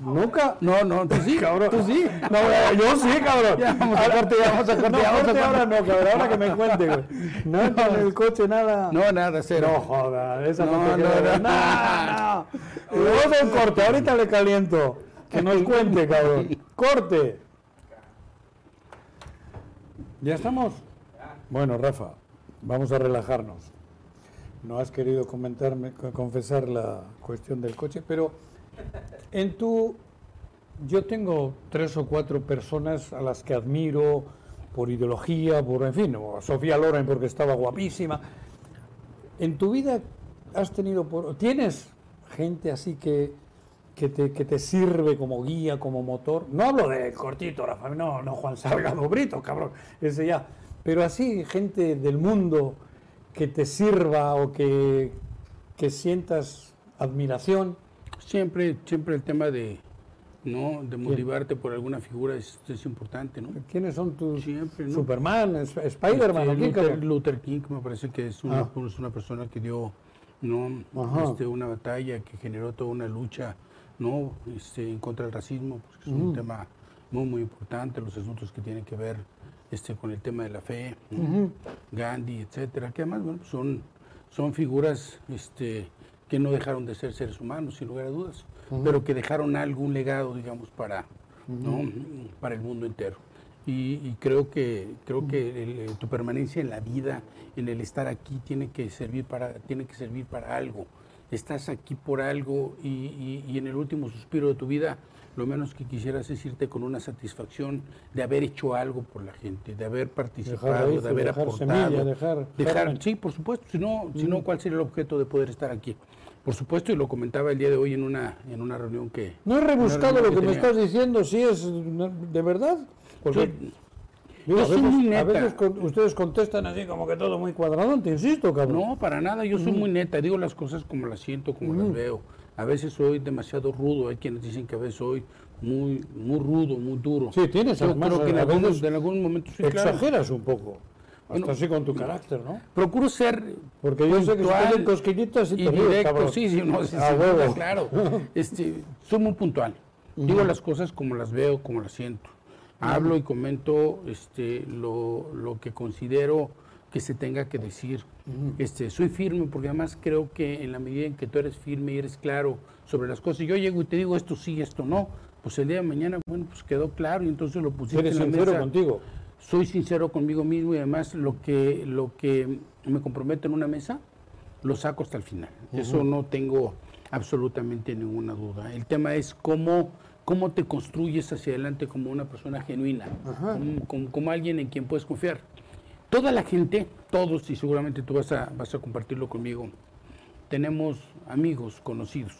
Speaker 1: nunca,
Speaker 2: No, no, tú sí.
Speaker 1: cabrón.
Speaker 2: Tú sí.
Speaker 1: No, eh, yo sí, cabrón.
Speaker 2: Ya, vamos a
Speaker 1: Ahora-
Speaker 2: corte, ya, vamos a corte,
Speaker 1: No,
Speaker 2: ya, vamos a
Speaker 1: corte
Speaker 2: corte.
Speaker 1: ahora no, cabrón, ahora que me cuente, güey. No, en el coche, nada.
Speaker 2: No, nada, cero.
Speaker 1: No joda, esa no,
Speaker 2: No,
Speaker 1: te
Speaker 2: no,
Speaker 1: queda-
Speaker 2: no.
Speaker 1: no, no. Luego del corte, ahorita le caliento. Que nos cuente, cabrón. Corte. ¿Ya estamos? Bueno, Rafa, vamos a relajarnos. No has querido comentarme, co- confesar la cuestión del coche, pero en tu yo tengo tres o cuatro personas a las que admiro por ideología, por en fin, o a Sofía Loren porque estaba guapísima. En tu vida has tenido por, tienes gente así que que te, que te sirve como guía, como motor. No hablo de cortito, Rafa, no, no Juan Salgado Brito, cabrón, ese ya. Pero así gente del mundo que te sirva o que, que sientas admiración.
Speaker 2: Siempre, siempre el tema de, ¿no? de motivarte por alguna figura es, es importante, ¿no?
Speaker 1: ¿Quiénes son tus
Speaker 2: Siempre, ¿no?
Speaker 1: Superman, Sp- Spiderman?
Speaker 2: Este,
Speaker 1: ¿o quién,
Speaker 2: Luther,
Speaker 1: cabrón?
Speaker 2: Luther King me parece que es una,
Speaker 1: Ah.
Speaker 2: es una persona que dio ¿no?
Speaker 1: Ajá.
Speaker 2: este, una batalla, que generó toda una lucha ¿no? este, en contra del racismo, porque es
Speaker 1: Mm.
Speaker 2: un tema muy, muy importante, los asuntos que tienen que ver este, con el tema de la fe, ¿no? Gandhi, etcétera, que además bueno, pues son, son figuras este, que no dejaron de ser seres humanos, sin lugar a dudas, pero que dejaron algún legado, digamos, para, ¿no? para el mundo entero. Y, y creo que creo que el, eh, tu permanencia en la vida, en el estar aquí, tiene que servir para tiene que servir para algo. Estás aquí por algo y, y- y en el último suspiro de tu vida, lo menos que quisieras es irte con una satisfacción de haber hecho algo por la gente, de haber participado,
Speaker 1: raíces,
Speaker 2: de haber
Speaker 1: dejar
Speaker 2: aportado,
Speaker 1: semilla, dejar Mm. germen.
Speaker 2: sí, por supuesto. Si no, si no, ¿cuál sería el objeto de poder estar aquí? Por supuesto, y lo comentaba el día de hoy en una en una reunión que
Speaker 1: No he rebuscado
Speaker 2: No, no,
Speaker 1: lo
Speaker 2: que
Speaker 1: que me
Speaker 2: tenía.
Speaker 1: estás diciendo, si es no, de verdad. Porque
Speaker 2: Yo-
Speaker 1: digo,
Speaker 2: yo
Speaker 1: a
Speaker 2: soy
Speaker 1: veces,
Speaker 2: muy
Speaker 1: a
Speaker 2: neta.
Speaker 1: veces con- ustedes contestan así como que todo muy cuadradón, te insisto, cabrón.
Speaker 2: No, para nada, yo soy muy neta, digo las cosas como las siento, como las veo. A veces soy demasiado rudo, hay quienes dicen que a veces soy muy muy rudo, muy duro.
Speaker 1: Sí, tienes,
Speaker 2: Yo
Speaker 1: además,
Speaker 2: creo que en
Speaker 1: a
Speaker 2: algunos-
Speaker 1: veces
Speaker 2: en algún momento sí, claro.
Speaker 1: Exageras un poco.
Speaker 2: Bueno,
Speaker 1: Hasta así con tu carácter, ¿no?
Speaker 2: procuro ser
Speaker 1: Porque yo sé que si
Speaker 2: Puntual
Speaker 1: tienen cosquillitas y,
Speaker 2: y
Speaker 1: te ríes,
Speaker 2: directo,
Speaker 1: cabrón.
Speaker 2: sí, sí, no, sí,
Speaker 1: A
Speaker 2: sí,
Speaker 1: huevo.
Speaker 2: claro. Este, soy muy puntual. Digo las cosas como las veo, como las siento. Hablo y comento este, lo, lo que considero que se tenga que decir. este, soy firme porque además creo que en la medida en que tú eres firme y eres claro sobre las cosas, yo llego y te digo esto sí, esto no, pues el día de mañana, bueno, pues quedó claro y entonces lo pusiste
Speaker 1: Eres
Speaker 2: en la
Speaker 1: sincero
Speaker 2: mesa
Speaker 1: contigo.
Speaker 2: soy sincero conmigo mismo y además lo que, lo que me comprometo en una mesa, lo saco hasta el final. Eso no tengo absolutamente ninguna duda. El tema es cómo, cómo te construyes hacia adelante como una persona genuina, como, como- como alguien en quien puedes confiar. Toda la gente, todos, y seguramente tú vas a, vas a compartirlo conmigo, tenemos amigos, conocidos.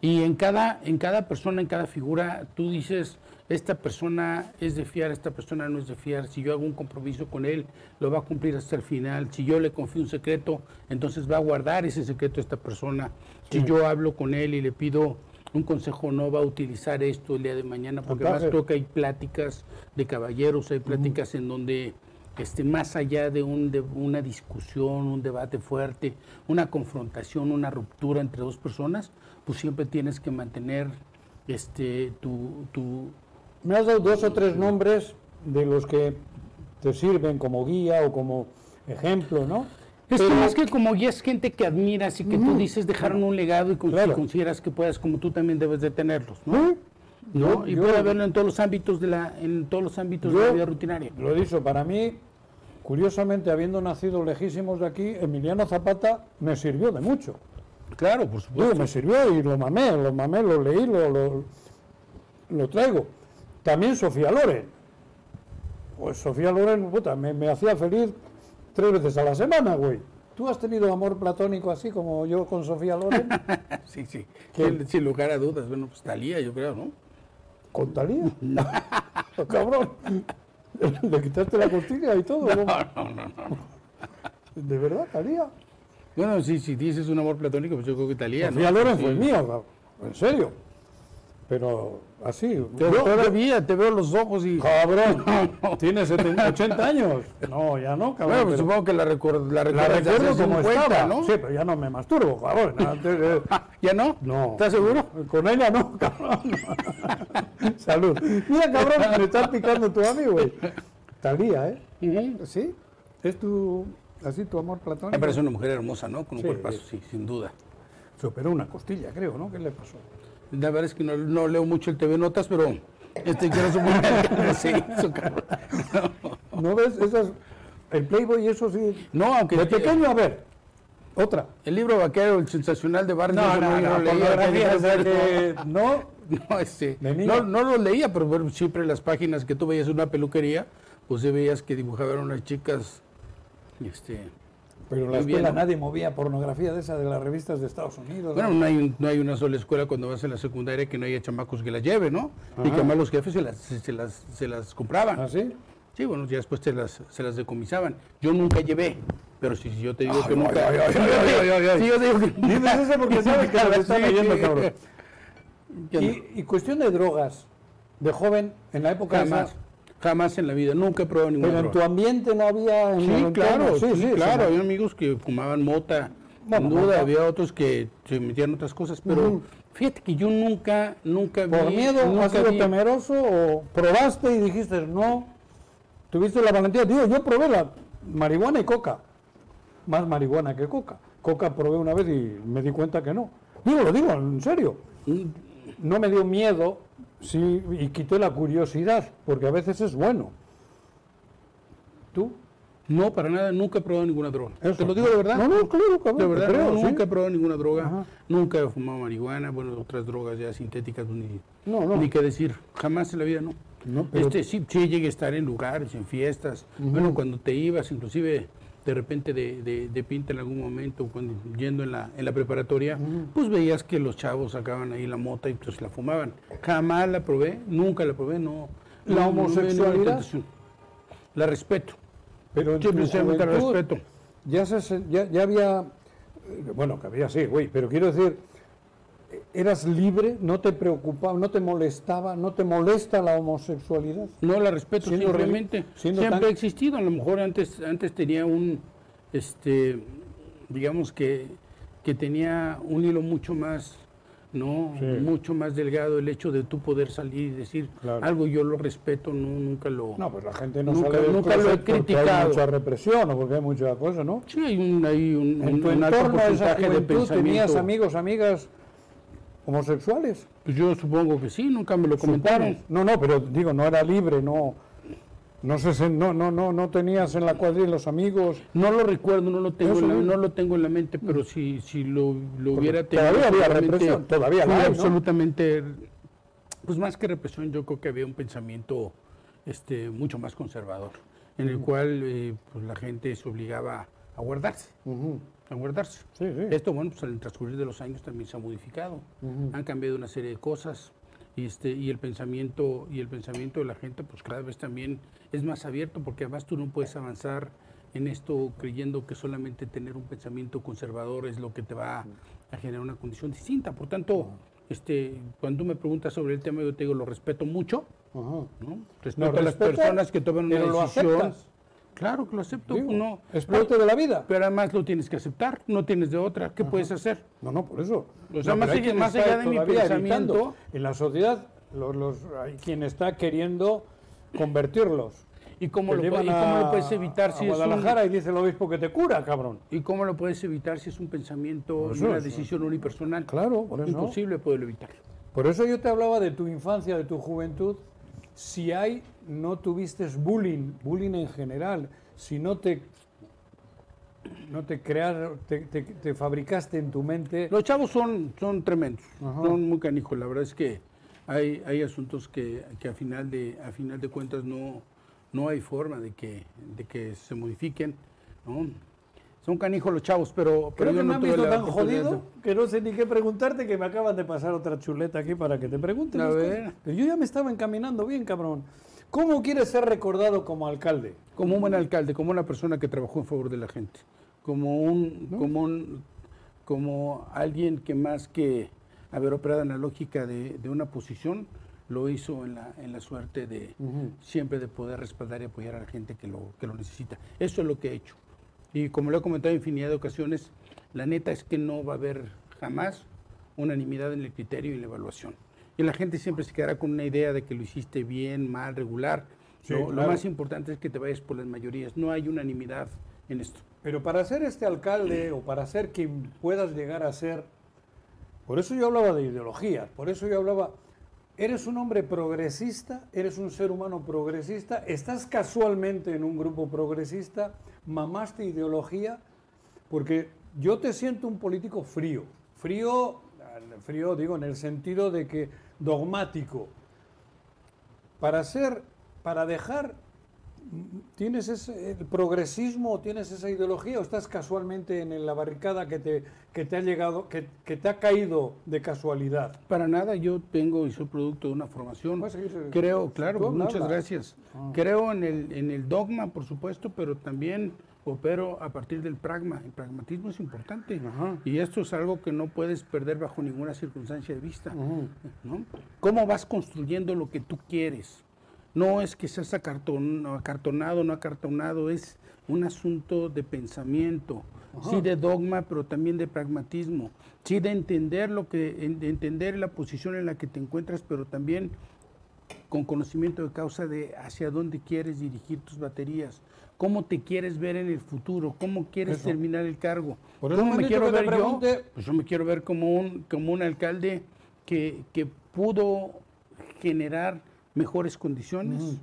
Speaker 2: Y en cada, en cada persona, en cada figura, tú dices, esta persona es de fiar, esta persona no es de fiar. Si yo hago un compromiso con él, lo va a cumplir hasta el final. Si yo le confío un secreto, entonces va a guardar ese secreto esta persona. Si yo hablo con él y le pido un consejo, no va a utilizar esto el día de mañana, porque además
Speaker 1: Chantaje.
Speaker 2: creo que hay pláticas de caballeros, hay pláticas en donde... Este, más allá de, un, de una discusión, un debate fuerte, una confrontación, una ruptura entre dos personas, pues siempre tienes que mantener este, tu, tu...
Speaker 1: Me has dado dos o tres nombres de los que te sirven como guía o como ejemplo, ¿no?
Speaker 2: Es que
Speaker 1: Pero-
Speaker 2: más que como ya es gente que admiras y que tú dices dejaron un legado y con-
Speaker 1: Claro.
Speaker 2: y consideras que puedas, como tú también debes de tenerlos, ¿no?
Speaker 1: ¿Eh?
Speaker 2: ¿No? y
Speaker 1: yo-
Speaker 2: puede haberlo en todos los ámbitos de la, en todos los ámbitos de
Speaker 1: Yo-
Speaker 2: la vida rutinaria.
Speaker 1: Lo he dicho, para mí, curiosamente, habiendo nacido lejísimos de aquí, Emiliano Zapata me sirvió de mucho.
Speaker 2: Claro, por
Speaker 1: Digo, me sirvió y lo mamé, lo mamé, lo leí, lo, lo, lo traigo. También Sofía Loren. Pues Sofía Loren, puta, me, me hacía feliz tres veces a la semana, güey. ¿Tú has tenido amor platónico así como yo con Sofía Loren?
Speaker 2: Sí, sí.
Speaker 1: ¿Quién?
Speaker 2: Sin lugar a dudas, bueno, pues Talía, yo creo, ¿no?
Speaker 1: ¿Con Talía? Cabrón. Le quitaste la costilla y todo. ¿no? ¿De verdad, Talía?
Speaker 2: Bueno, sí, si dices un amor platónico, pues yo creo que Talía, ¿no?
Speaker 1: Sofía Loren
Speaker 2: Sí.
Speaker 1: fue mía, cabrón, pues en serio. Pero así.
Speaker 2: Te
Speaker 1: yo-
Speaker 2: veo
Speaker 1: yo-
Speaker 2: todavía, te veo los ojos y...
Speaker 1: Cabrón, tiene 70, 80 años. No, ya no, cabrón.
Speaker 2: Bueno, pues
Speaker 1: pero
Speaker 2: supongo que la, recuerdo
Speaker 1: la
Speaker 2: la recuerdas de
Speaker 1: recuerdo
Speaker 2: hace
Speaker 1: como
Speaker 2: 50,
Speaker 1: estaba.
Speaker 2: ¿no?
Speaker 1: Sí, pero ya no me masturbo, cabrón. Antes, eh,
Speaker 2: ¿Ya no?
Speaker 1: No.
Speaker 2: ¿Estás seguro?
Speaker 1: Con ella no, cabrón. Salud. Mira, cabrón, me estás picando tú a mí, güey. Talía, ¿eh? ¿Sí? ¿Es tu, así tu amor
Speaker 2: Me
Speaker 1: platónico?
Speaker 2: parece una mujer hermosa, ¿no? Con un
Speaker 1: Sí,
Speaker 2: cuerpazo, sí, sin duda.
Speaker 1: Se operó una costilla, creo, ¿no? ¿Qué le pasó?
Speaker 2: La verdad es que no, no leo mucho el TV Notas, pero este quiero suponer que no se hizo, cabrón.
Speaker 1: ¿No ves? Esas, el Playboy, eso sí.
Speaker 2: No, aunque...
Speaker 1: De pequeño, a ver, otra.
Speaker 2: El libro vaquero, el sensacional de Barney,
Speaker 1: No,
Speaker 2: yo
Speaker 1: no,
Speaker 2: yo
Speaker 1: no,
Speaker 2: leía,
Speaker 1: pornografía, o sea
Speaker 2: no.
Speaker 1: que no,
Speaker 2: No, este,
Speaker 1: De niño.
Speaker 2: no, no lo leía, pero bueno, siempre las páginas que tú veías en una peluquería, pues sí veías que dibujaban unas chicas. Este,
Speaker 1: Pero en la
Speaker 2: Muy bien,
Speaker 1: escuela
Speaker 2: ¿no?
Speaker 1: nadie movía pornografía de esa de las revistas de Estados Unidos.
Speaker 2: bueno,
Speaker 1: ¿no?
Speaker 2: no hay, un- no hay una sola escuela cuando vas a la secundaria que no haya chamacos que las lleve, ¿no? Y
Speaker 1: Ajá.
Speaker 2: que además los jefes se las, se, se las, se las compraban.
Speaker 1: ¿Ah, sí?
Speaker 2: Sí, bueno, ya después te las, se las decomisaban. Yo nunca llevé, pero si si yo te digo que
Speaker 1: ay,
Speaker 2: nunca.
Speaker 1: ay, ay, ay, ay, ay, ay.
Speaker 2: Si yo te digo que
Speaker 1: Dices
Speaker 2: nunca-
Speaker 1: eso porque sabes que lo
Speaker 2: Sí,
Speaker 1: están leyendo, cabrón.
Speaker 2: Yo no.
Speaker 1: Y, y cuestión de drogas, de joven, en la época esa,
Speaker 2: Jamás, jamás en la vida, nunca he probado ninguna
Speaker 1: Pero en
Speaker 2: droga.
Speaker 1: tu ambiente no había... en el
Speaker 2: Sí,
Speaker 1: entorno,
Speaker 2: claro, sí, claro.
Speaker 1: sí.
Speaker 2: Había amigos que fumaban mota,
Speaker 1: Bueno,
Speaker 2: sin duda.
Speaker 1: mota.
Speaker 2: Había otros que se metían en otras cosas, pero fíjate que yo nunca, nunca vi...
Speaker 1: ¿Por miedo
Speaker 2: nunca
Speaker 1: has sido
Speaker 2: vi-
Speaker 1: temeroso o probaste y dijiste no? ¿Tuviste la valentía? Digo, yo probé la marihuana y coca. Más marihuana que coca. Coca probé una vez y me di cuenta que no. Digo, lo digo, en serio. No me dio miedo sí, y quité la curiosidad, porque a veces es bueno. ¿Tú?
Speaker 2: No, para nada, nunca he probado ninguna droga.
Speaker 1: Eso.
Speaker 2: Te lo digo de verdad.
Speaker 1: No, no, claro, cabrón,
Speaker 2: de
Speaker 1: te
Speaker 2: verdad,
Speaker 1: creo,
Speaker 2: no,
Speaker 1: sí.
Speaker 2: nunca he probado ninguna droga,
Speaker 1: Ajá.
Speaker 2: nunca he fumado marihuana, bueno, otras drogas ya sintéticas, pues, ni,
Speaker 1: No, no.
Speaker 2: ni qué decir, jamás en la vida, no.
Speaker 1: No, pero-
Speaker 2: Este, sí, sí llegué a estar en lugares, en fiestas, bueno, cuando te ibas, inclusive de repente de, de- de pinta en algún momento, cuando, yendo en la, en la preparatoria, pues veías que los chavos sacaban ahí la mota y pues la fumaban. Jamás la probé, nunca la probé, no.
Speaker 1: ¿La
Speaker 2: no- no me- no me dio
Speaker 1: homosexualidad?
Speaker 2: tentación. La respeto,
Speaker 1: Pero en
Speaker 2: siempre
Speaker 1: tu
Speaker 2: se la
Speaker 1: juventud,
Speaker 2: respeto.
Speaker 1: ya, se sen- ya, ya había, eh, bueno, que había sí, güey, pero quiero decir, eh, eras libre, no te preocupaba, no te molestaba, no te molesta la homosexualidad.
Speaker 2: No la respeto
Speaker 1: Siendo reli-
Speaker 2: simplemente.
Speaker 1: siendo
Speaker 2: Siempre
Speaker 1: tan-
Speaker 2: ha existido. A lo mejor antes, antes tenía un, este, digamos que, que tenía un hilo mucho más, no,
Speaker 1: Sí.
Speaker 2: mucho más delgado el hecho de tú poder salir y decir
Speaker 1: Claro.
Speaker 2: algo yo lo respeto, no, nunca lo.
Speaker 1: No, pues la gente no
Speaker 2: Nunca-
Speaker 1: sale del
Speaker 2: nunca lo he
Speaker 1: closet porque hay
Speaker 2: criticado.
Speaker 1: mucha represión o porque hay mucha cosa, ¿no?
Speaker 2: Sí, hay un, hay un,
Speaker 1: En
Speaker 2: un-
Speaker 1: tu
Speaker 2: un alto
Speaker 1: entorno de esa
Speaker 2: porcentaje de
Speaker 1: juventud tenías
Speaker 2: pensamiento.
Speaker 1: amigos, amigas homosexuales.
Speaker 2: Pues yo supongo que sí, nunca me lo comentaron.
Speaker 1: Supones. No, no, pero digo, no era libre, no, no se, sen- no, no, no, no tenías en la cuadrilla los amigos.
Speaker 2: No lo recuerdo, no lo tengo,
Speaker 1: Eso
Speaker 2: en la,
Speaker 1: no.
Speaker 2: no lo tengo en la mente, pero si, si lo, lo hubiera tenido.
Speaker 1: todavía había
Speaker 2: seguramente
Speaker 1: represión, todavía la
Speaker 2: fui
Speaker 1: hay, ¿no?
Speaker 2: absolutamente. Pues más que represión, yo creo que había un pensamiento este, mucho más conservador, en el cual eh, pues, la gente se obligaba a guardarse,
Speaker 1: Ujú,
Speaker 2: a guardarse.
Speaker 1: Sí, sí.
Speaker 2: Esto, bueno, pues al transcurrir de los años también se ha modificado.
Speaker 1: Ujú.
Speaker 2: Han cambiado una serie de cosas. Y, este, y el pensamiento y el pensamiento de la gente pues cada vez también es más abierto porque además tú no puedes avanzar en esto creyendo que solamente tener un pensamiento conservador es lo que te va a generar una condición distinta por tanto este cuando tú me preguntas sobre el tema yo te digo lo respeto mucho
Speaker 1: Ajá.
Speaker 2: ¿no? respeto a las
Speaker 1: respetas,
Speaker 2: personas que toman una
Speaker 1: pero lo
Speaker 2: decisión
Speaker 1: aceptas.
Speaker 2: claro que lo acepto
Speaker 1: Digo,
Speaker 2: no
Speaker 1: es parte de la vida.
Speaker 2: pero además lo tienes que aceptar, no tienes de otra. ¿Qué puedes hacer?
Speaker 1: No, no, por eso.
Speaker 2: O sea,
Speaker 1: No,
Speaker 2: más
Speaker 1: pero hay
Speaker 2: allá-
Speaker 1: quien
Speaker 2: más
Speaker 1: está
Speaker 2: allá de mi
Speaker 1: todavía
Speaker 2: pensamiento-
Speaker 1: evitando. En la sociedad los, los, hay quien está queriendo convertirlos.
Speaker 2: ¿Y cómo,
Speaker 1: Te
Speaker 2: lo,
Speaker 1: llevan
Speaker 2: puede- y cómo
Speaker 1: a-
Speaker 2: lo puedes evitar si
Speaker 1: a
Speaker 2: es
Speaker 1: Guadalajara y
Speaker 2: un,
Speaker 1: dice el obispo que te cura, cabrón.
Speaker 2: y cómo lo puedes evitar si es un pensamiento,
Speaker 1: Eso,
Speaker 2: y una
Speaker 1: eso.
Speaker 2: decisión unipersonal?
Speaker 1: Claro, por eso.
Speaker 2: Imposible poderlo evitar.
Speaker 1: Por eso yo te hablaba de tu infancia, de tu juventud. Si hay, no tuviste bullying, bullying en general. Si no te, no te crearon, te, te- te fabricaste en tu mente.
Speaker 2: Los chavos son, son tremendos,
Speaker 1: Ajá.
Speaker 2: son muy canijos. La verdad es que hay, hay asuntos que, que a, final de, a final de cuentas no, no hay forma de que, de que se modifiquen. ¿no? Son canijos los chavos, pero,
Speaker 1: Creo
Speaker 2: pero
Speaker 1: que
Speaker 2: yo
Speaker 1: me
Speaker 2: no
Speaker 1: han
Speaker 2: tuve
Speaker 1: visto
Speaker 2: la
Speaker 1: tan
Speaker 2: oportunidad de-
Speaker 1: jodido que no sé ni qué preguntarte, que me acaban de pasar otra chuleta aquí para que te pregunten.
Speaker 2: A
Speaker 1: las
Speaker 2: ver.
Speaker 1: cosas. Pero yo ya me estaba encaminando bien, cabrón. ¿Cómo quieres ser recordado como alcalde?
Speaker 2: Como un buen alcalde, como una persona que trabajó en favor de la gente, como un, como un- como alguien que más que haber operado en la lógica de, de una posición, lo hizo en la, en la suerte de siempre de poder respaldar y apoyar a la gente que lo, que lo necesita. Eso es lo que he hecho. Y como lo he comentado en infinidad de ocasiones, la neta es que no va a haber jamás unanimidad en el criterio y la evaluación. Y la gente siempre se quedará con una idea de que lo hiciste bien, mal, regular.
Speaker 1: Sí,
Speaker 2: ¿no? Lo
Speaker 1: claro.
Speaker 2: más importante es que te vayas por las mayorías. No hay unanimidad en esto.
Speaker 1: Pero para ser este alcalde o para ser quien puedas llegar a ser, por eso yo hablaba de ideologías, por eso yo hablaba, eres un hombre progresista, eres un ser humano progresista, estás casualmente en un grupo progresista, mamaste ideología, porque yo te siento un político frío, frío, al- frío digo en el sentido de que dogmático. Para ser, para dejar ¿Tienes ese el progresismo o tienes esa ideología o estás casualmente en la barricada que te, que te ha llegado, que, que te ha caído de casualidad?
Speaker 2: Para nada, yo tengo y soy producto de una formación.
Speaker 1: Puedes seguir, eh,
Speaker 2: Creo, claro,
Speaker 1: tú
Speaker 2: muchas
Speaker 1: habla.
Speaker 2: gracias. Creo en el, en el dogma, por supuesto, pero también opero a partir del pragma. El pragmatismo es importante.
Speaker 1: Ajá.
Speaker 2: Y esto es algo que no puedes perder bajo ninguna circunstancia de vista. ¿no? ¿Cómo vas construyendo lo que tú quieres? No es que seas acarton- acartonado, no acartonado, es un asunto de pensamiento, sí de dogma, pero también de pragmatismo, sí de entender lo que, en- de entender la posición en la que te encuentras, pero también con conocimiento de causa de hacia dónde quieres dirigir tus baterías, cómo te quieres ver en el futuro, cómo quieres terminar el cargo.
Speaker 1: Por eso me
Speaker 2: ¿Cómo
Speaker 1: han
Speaker 2: me
Speaker 1: dicho
Speaker 2: quiero
Speaker 1: que te
Speaker 2: ver yo?
Speaker 1: pregunte-
Speaker 2: Pues yo me quiero ver como un, como un alcalde que, que pudo generar mejores condiciones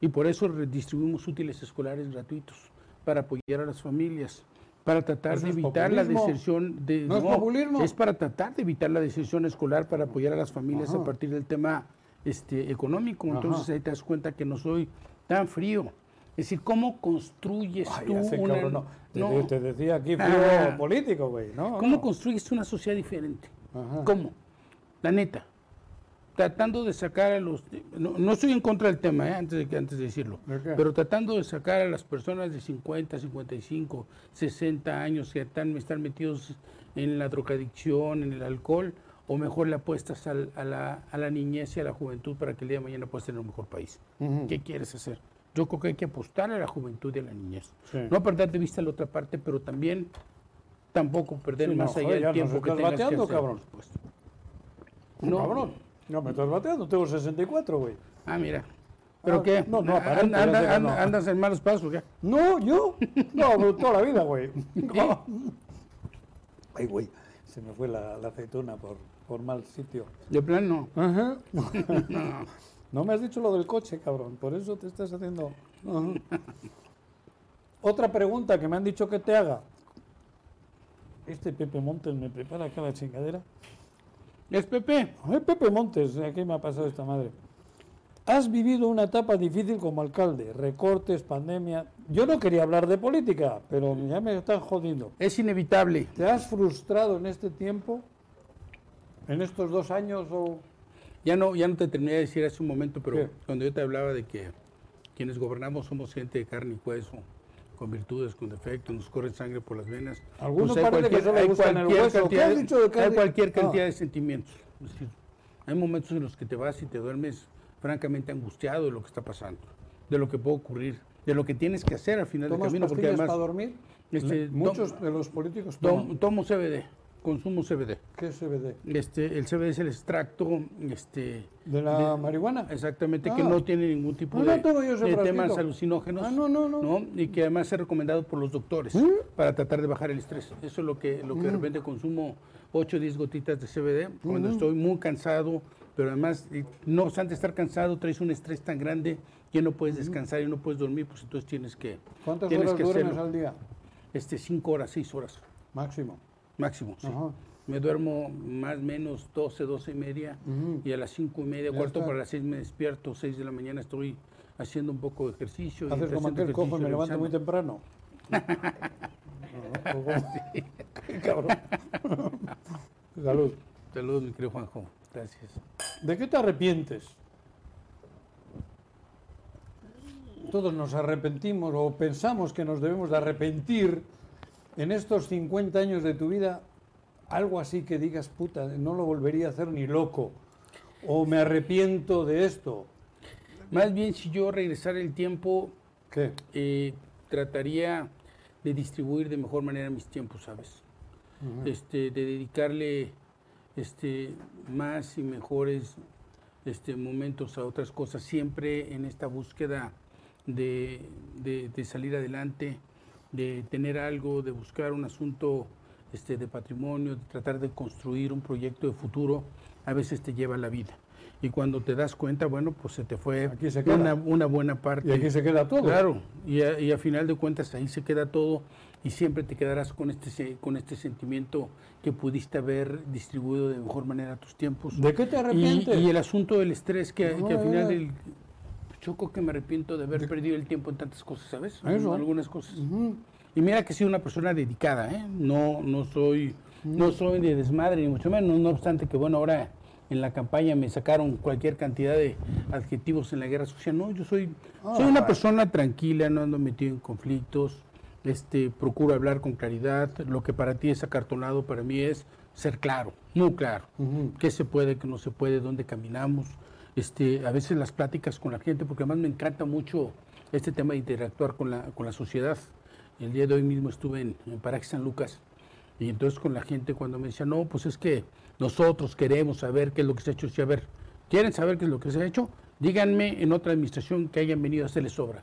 Speaker 2: y por eso redistribuimos útiles escolares gratuitos para apoyar a las familias, para tratar
Speaker 1: Eso
Speaker 2: de
Speaker 1: Pues es
Speaker 2: evitar la
Speaker 1: populismo.
Speaker 2: deserción de
Speaker 1: ¿No es populismo?
Speaker 2: es para tratar de evitar la deserción escolar para apoyar a las familias a partir del tema este, económico. Entonces ahí te das cuenta que no soy tan frío. Es decir, ¿cómo construyes
Speaker 1: Ay,
Speaker 2: tú
Speaker 1: ya sé,
Speaker 2: una-
Speaker 1: cabrón, no. Te-
Speaker 2: no,
Speaker 1: Te, decía aquí frío
Speaker 2: Ah.
Speaker 1: político, güey, ¿no?
Speaker 2: ¿Cómo
Speaker 1: no.
Speaker 2: construyes una sociedad diferente?
Speaker 1: Ajá.
Speaker 2: ¿Cómo? La neta. Tratando de sacar a los... No, no estoy en contra del tema, ¿eh? antes, de, que- antes de decirlo.
Speaker 1: ¿De qué?
Speaker 2: Pero tratando de sacar a las personas de 50, 55, 60 años que están, están metidos en la drogadicción, en el alcohol, o mejor le apuestas al- a, la, a la niñez y a la juventud para que el día de mañana puedas tener un mejor país.
Speaker 1: Mm.
Speaker 2: ¿Qué quieres hacer? Yo creo que hay que apostar a la juventud y a la niñez.
Speaker 1: Sí.
Speaker 2: No perder de vista la otra parte, pero también tampoco perder
Speaker 1: Sí, no,
Speaker 2: más allá
Speaker 1: joder, ya
Speaker 2: del
Speaker 1: nos
Speaker 2: tiempo que
Speaker 1: estás
Speaker 2: tengas que
Speaker 1: bateando,
Speaker 2: hacer,
Speaker 1: cabrón.
Speaker 2: por supuesto. No,
Speaker 1: Cabrón. No me estás bateando, tengo 64, güey.
Speaker 2: Ah, mira. ¿Pero
Speaker 1: Ah,
Speaker 2: qué?
Speaker 1: no, no,
Speaker 2: Ah,
Speaker 1: aparente,
Speaker 2: anda- anda-
Speaker 1: ya sé que
Speaker 2: anda-
Speaker 1: no.
Speaker 2: ¿Andas en malos pasos? ¿qué?
Speaker 1: No, yo. No, bro, toda la vida, güey. Ay, güey. Se me fue la, la aceituna por, por mal sitio.
Speaker 2: De plan, no.
Speaker 1: Ajá. no me has dicho lo del coche, cabrón. Por eso te estás haciendo. Ajá. Otra pregunta que me han dicho que te haga. Este Pepe Montes me prepara acá la chingadera.
Speaker 2: Es Pepe.
Speaker 1: Ay, Pepe Montes, ¿a qué me ha pasado esta madre? Has vivido una etapa difícil como alcalde, recortes, pandemia. Yo no quería hablar de política, pero ya me están jodiendo.
Speaker 2: Es inevitable.
Speaker 1: ¿Te has frustrado en este tiempo? ¿En estos dos años o...?
Speaker 2: Ya no, ya no te terminé de decir hace un momento, pero
Speaker 1: ¿Qué?
Speaker 2: cuando yo te hablaba de que quienes gobernamos somos gente de carne y hueso, con virtudes, con defectos, nos corre sangre por las venas.
Speaker 1: Algunos
Speaker 2: Pues hay
Speaker 1: parece que
Speaker 2: cualquier-
Speaker 1: solo
Speaker 2: hay
Speaker 1: buscan el
Speaker 2: cualquier
Speaker 1: hueso. ¿Qué
Speaker 2: cantidad
Speaker 1: has dicho de
Speaker 2: Hay
Speaker 1: carne?
Speaker 2: cualquier cantidad
Speaker 1: Ah.
Speaker 2: de sentimientos. Es decir, hay momentos en los que te vas y te duermes francamente angustiado de lo que está pasando, de lo que puede ocurrir, de lo que tienes que hacer al final del
Speaker 1: ¿Tomas
Speaker 2: camino, porque
Speaker 1: pastillas
Speaker 2: además
Speaker 1: para dormir?
Speaker 2: este,
Speaker 1: Le-
Speaker 2: tom-
Speaker 1: Muchos de los políticos toman.
Speaker 2: tom- tomo CBD, consumo CBD.
Speaker 1: ¿Qué es CBD?
Speaker 2: Este, el CBD es el extracto este,
Speaker 1: ¿De la marihuana?
Speaker 2: Exactamente, que
Speaker 1: Ah.
Speaker 2: no tiene ningún tipo
Speaker 1: No,
Speaker 2: de,
Speaker 1: no tengo yo ese
Speaker 2: de temas
Speaker 1: frasquito.
Speaker 2: alucinógenos.
Speaker 1: Ah, no, no, no. ¿Mm?
Speaker 2: Y que además es recomendado por los doctores para tratar de bajar el estrés. Eso es lo que, lo que de repente consumo 8 o 10 gotitas de CBD cuando
Speaker 1: Mm.
Speaker 2: estoy muy cansado, pero además, eh, no obstante estar cansado, traes un estrés tan grande que no puedes descansar y no puedes dormir, pues entonces tienes que,
Speaker 1: Mm. ¿Cuántas
Speaker 2: tienes
Speaker 1: horas
Speaker 2: que
Speaker 1: duermes
Speaker 2: hacerlo.
Speaker 1: al día?
Speaker 2: Este, 5 horas, 6 horas
Speaker 1: Máximo.
Speaker 2: máximo. sí.
Speaker 1: Ajá.
Speaker 2: Me duermo más o menos 12, 12 y media y a las 5 y media,
Speaker 1: Ya
Speaker 2: cuarto
Speaker 1: está.
Speaker 2: para las 6 me despierto, 6 de la mañana estoy haciendo un poco de ejercicio. y
Speaker 1: Haces
Speaker 2: entre
Speaker 1: como
Speaker 2: haciendo
Speaker 1: aquel cojo y me
Speaker 2: ejercicio,
Speaker 1: levanto muy
Speaker 2: revisando.
Speaker 1: temprano. No, no, Qué cabrón. Salud.
Speaker 2: Saludos, mi querido Juanjo. Gracias.
Speaker 1: ¿De qué te arrepientes? Todos nos arrepentimos o pensamos que nos debemos de arrepentir en estos 50 años de tu vida, algo así que digas, puta, no lo volvería a hacer ni loco, o me arrepiento de esto.
Speaker 2: Más bien, si yo regresara el tiempo,
Speaker 1: ¿Qué?
Speaker 2: eh, trataría de distribuir de mejor manera mis tiempos, ¿sabes? este, de dedicarle este, más y mejores este, momentos a otras cosas, siempre en esta búsqueda de, de- de salir adelante, de tener algo, de buscar un asunto este, de patrimonio, de tratar de construir un proyecto de futuro, a veces te lleva la vida. Y cuando te das cuenta, bueno, pues se te fue
Speaker 1: Aquí se queda.
Speaker 2: una, una buena parte.
Speaker 1: Y aquí se queda todo.
Speaker 2: Claro, y a, y a final de cuentas ahí se queda todo y siempre te quedarás con este, se- con este sentimiento que pudiste haber distribuido de mejor manera tus tiempos.
Speaker 1: ¿De qué te
Speaker 2: y,
Speaker 1: arrepientes?
Speaker 2: y el asunto del estrés que,
Speaker 1: No,
Speaker 2: que al
Speaker 1: no,
Speaker 2: final
Speaker 1: no.
Speaker 2: del... Yo creo que me arrepiento de haber perdido el tiempo en tantas cosas, ¿sabes? En
Speaker 1: Eso.
Speaker 2: algunas cosas.
Speaker 1: Ujú.
Speaker 2: Y mira que he sido una persona dedicada, ¿eh? No, no soy,
Speaker 1: Mm.
Speaker 2: no soy de desmadre, ni mucho menos. No obstante que, bueno, ahora en la campaña me sacaron cualquier cantidad de adjetivos en la guerra social. No, yo soy,
Speaker 1: Ah,
Speaker 2: soy una
Speaker 1: bueno.
Speaker 2: persona tranquila, no ando metido en conflictos. Este, procuro hablar con claridad. Lo que para ti es acartonado, para mí es ser claro, muy claro.
Speaker 1: Ujú.
Speaker 2: ¿Qué se puede, qué no se puede, dónde caminamos? Este, a veces las pláticas con la gente, porque además me encanta mucho este tema de interactuar con la, con la sociedad. El día de hoy mismo estuve en, en Paraje San Lucas y entonces con la gente cuando me decía, no, pues es que nosotros queremos saber qué es lo que se ha hecho. Sí, a ver, ¿quieren saber qué es lo que se ha hecho? Díganme en otra administración que hayan venido a hacerles obra.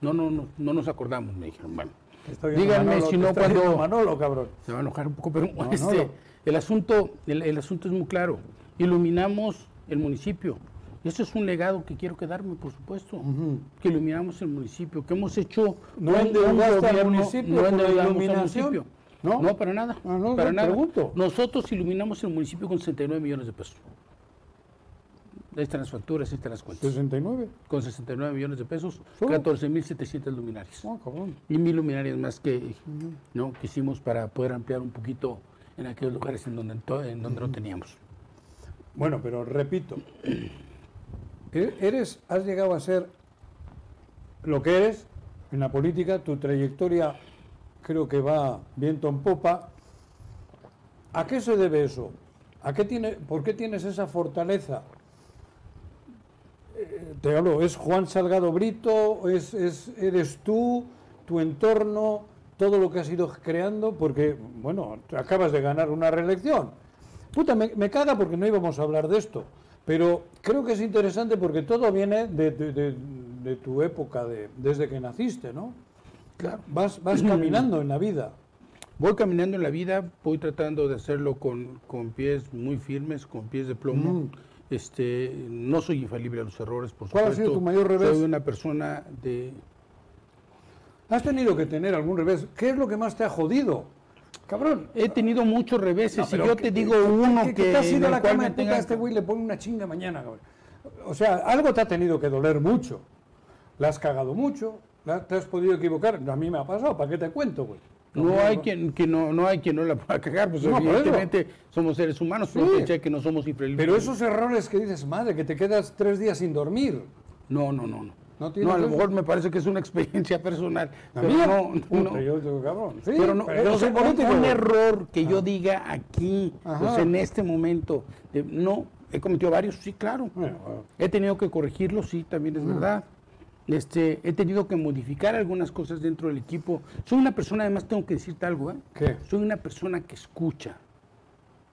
Speaker 2: No, no, no, no nos acordamos, me dijeron. Bueno,
Speaker 1: Te está oyendo
Speaker 2: Díganme
Speaker 1: Manolo,
Speaker 2: si
Speaker 1: te
Speaker 2: no
Speaker 1: está oyendo
Speaker 2: cuando-
Speaker 1: Manolo, cabrón.
Speaker 2: se va a enojar un poco, pero
Speaker 1: No, no,
Speaker 2: este,
Speaker 1: lo-
Speaker 2: el, asunto, el, el asunto es muy claro. Iluminamos el municipio. Eso es un legado que quiero quedarme, por supuesto. Que iluminamos el municipio, que hemos hecho
Speaker 1: No
Speaker 2: un- un
Speaker 1: endeudaste al
Speaker 2: gobierno-
Speaker 1: municipio
Speaker 2: no
Speaker 1: con la
Speaker 2: endeudamos al
Speaker 1: iluminación,
Speaker 2: municipio.
Speaker 1: ¿no?
Speaker 2: ¿no? para nada.
Speaker 1: Ah, no,
Speaker 2: para
Speaker 1: yo
Speaker 2: nada.
Speaker 1: pregunto.
Speaker 2: Nosotros iluminamos el municipio con 69 millones de pesos. Ahí están las facturas, ahí están las cuentas.
Speaker 1: 69.
Speaker 2: Con 69 millones de pesos,
Speaker 1: Solo.
Speaker 2: 14.700 luminarias
Speaker 1: No, cabrón.
Speaker 2: y mil luminarias más que no que hicimos para poder ampliar un poquito en aquellos lugares en donde to- en donde no teníamos
Speaker 1: Bueno, pero repito, e- eres, has llegado a ser lo que eres en la política, tu trayectoria creo que va viento en popa, ¿A qué se debe eso? ¿A qué tiene, ¿Por qué tienes esa fortaleza? Eh, te hablo, ¿es Juan Salgado Brito? ¿Es, es, ¿Eres tú? ¿Tu entorno? ¿Todo lo que has ido creando? Porque, bueno, acabas de ganar una reelección. Puta, me, me caga porque no íbamos a hablar de esto. Pero creo que es interesante porque todo viene de, de- de- de tu época, de, desde que naciste, ¿no?
Speaker 2: Claro.
Speaker 1: Vas, vas caminando en la vida.
Speaker 2: Voy caminando en la vida, voy tratando de hacerlo con, con pies muy firmes, con pies de plomo.
Speaker 1: Mm.
Speaker 2: Este, no soy infalible a los errores, por
Speaker 1: ¿Cuál ha
Speaker 2: supuesto.
Speaker 1: sido tu mayor revés?
Speaker 2: Soy una persona de...
Speaker 1: Has tenido que tener algún revés. ¿Qué es lo que más te ha jodido? Cabrón.
Speaker 2: He tenido muchos
Speaker 1: No,
Speaker 2: reveses.
Speaker 1: pero
Speaker 2: y yo
Speaker 1: que-
Speaker 2: te digo uno
Speaker 1: que,
Speaker 2: que...
Speaker 1: que te has
Speaker 2: en
Speaker 1: ido a
Speaker 2: el
Speaker 1: la
Speaker 2: cual
Speaker 1: cama de
Speaker 2: me
Speaker 1: puta,
Speaker 2: tenga-
Speaker 1: este güey le pone una chinga mañana, cabrón. O sea, algo te ha tenido que doler mucho. La has cagado mucho, la- te has podido equivocar. A mí me ha pasado, ¿para qué te cuento, güey?
Speaker 2: No hay quien que no, no hay quien no la pueda cagar, pues
Speaker 1: No, por eso.
Speaker 2: evidentemente somos seres humanos, pero
Speaker 1: Sí.
Speaker 2: pensé que no somos infalibles.
Speaker 1: Pero esos errores que dices, madre, que te quedas tres días sin dormir.
Speaker 2: No, no, no, no.
Speaker 1: No
Speaker 2: No,
Speaker 1: tiene
Speaker 2: a lo
Speaker 1: que-
Speaker 2: mejor me parece que es una experiencia personal.
Speaker 1: A
Speaker 2: Pero
Speaker 1: mí,
Speaker 2: no, no,
Speaker 1: puta, yo digo, cabrón. Sí,
Speaker 2: pero no,
Speaker 1: yo
Speaker 2: o sea,
Speaker 1: soy político.
Speaker 2: un, un error que yo diga aquí,
Speaker 1: Ajá.
Speaker 2: pues, en este momento, de- no, he cometido varios, sí, claro.
Speaker 1: Bueno, bueno.
Speaker 2: He tenido que corregirlos, sí, también
Speaker 1: Mm.
Speaker 2: es verdad. Este, he tenido que modificar algunas cosas dentro del equipo. Soy una persona, además tengo que decirte algo, ¿eh?
Speaker 1: ¿Qué?
Speaker 2: Soy una persona que escucha.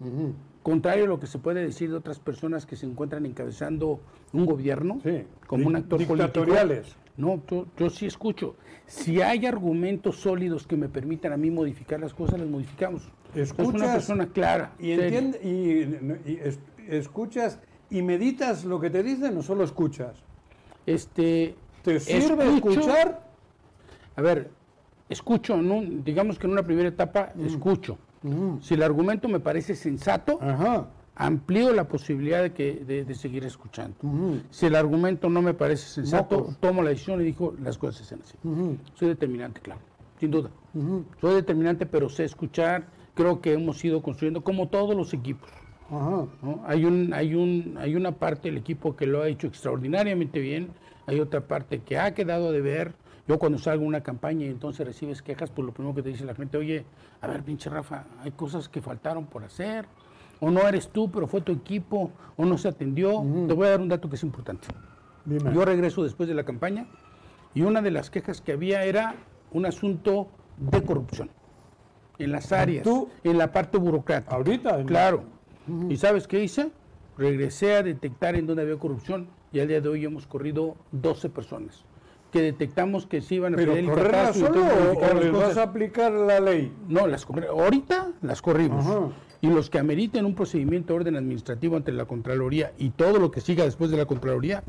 Speaker 1: Ujú.
Speaker 2: Contrario a lo que se puede decir de otras personas que se encuentran encabezando un gobierno,
Speaker 1: Sí.
Speaker 2: como un actor
Speaker 1: Dictatoriales.
Speaker 2: político. No, yo, yo sí escucho. Si hay argumentos sólidos que me permitan a mí modificar las cosas, las modificamos. Es
Speaker 1: Escuchas
Speaker 2: una persona clara.
Speaker 1: Y,
Speaker 2: seria.
Speaker 1: entiende, y, y es- escuchas y meditas lo que te dicen o solo escuchas.
Speaker 2: Este,
Speaker 1: ¿Te sirve
Speaker 2: escucho-
Speaker 1: escuchar?
Speaker 2: A ver, escucho, en un- digamos que en una primera etapa escucho. Si el argumento me parece sensato,
Speaker 1: Mm, Ajá.
Speaker 2: amplío la posibilidad de, que, de, de seguir escuchando. Si el argumento no me parece sensato,
Speaker 1: Mocos.
Speaker 2: tomo la decisión y digo las cosas se hacen así.
Speaker 1: Ujú.
Speaker 2: Soy determinante, claro, sin duda.
Speaker 1: Ujú.
Speaker 2: Soy determinante, pero sé escuchar. Creo que hemos ido construyendo, como todos los equipos.
Speaker 1: Ajá.
Speaker 2: ¿no? Hay, un, hay, un, hay una parte del equipo que lo ha hecho extraordinariamente bien, hay otra parte que ha quedado de ver. Yo cuando salgo a una campaña y entonces recibes quejas, pues lo primero que te dice la gente, oye, a ver, pinche Rafa, hay cosas que faltaron por hacer, o no eres tú, pero fue tu equipo, o no se atendió. Te voy a dar un dato que es importante.
Speaker 1: Dime.
Speaker 2: Yo regreso después de la campaña y una de las quejas que había era un asunto de corrupción en las áreas,
Speaker 1: Tú-
Speaker 2: en la parte burocrática.
Speaker 1: Ahorita. en-
Speaker 2: Claro. ¿Y sabes qué hice? Regresé a detectar en dónde había corrupción y al día de hoy hemos corrido 12 personas que detectamos que se iban a
Speaker 1: Pero
Speaker 2: pedir el
Speaker 1: correrla
Speaker 2: catastro y
Speaker 1: solo
Speaker 2: entonces
Speaker 1: o, o
Speaker 2: modificar las
Speaker 1: les
Speaker 2: cosas.
Speaker 1: vas a aplicar la ley.
Speaker 2: No, las corre- ahorita las corrimos.
Speaker 1: Ajá.
Speaker 2: Y los que ameriten un procedimiento de orden administrativo ante la Contraloría y todo lo que siga después de la Contraloría,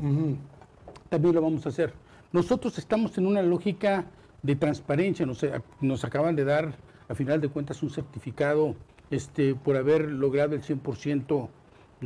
Speaker 2: también lo vamos a hacer. Nosotros estamos en una lógica de transparencia, nos, eh, nos acaban de dar, a final de cuentas, un certificado este, por haber logrado el 100%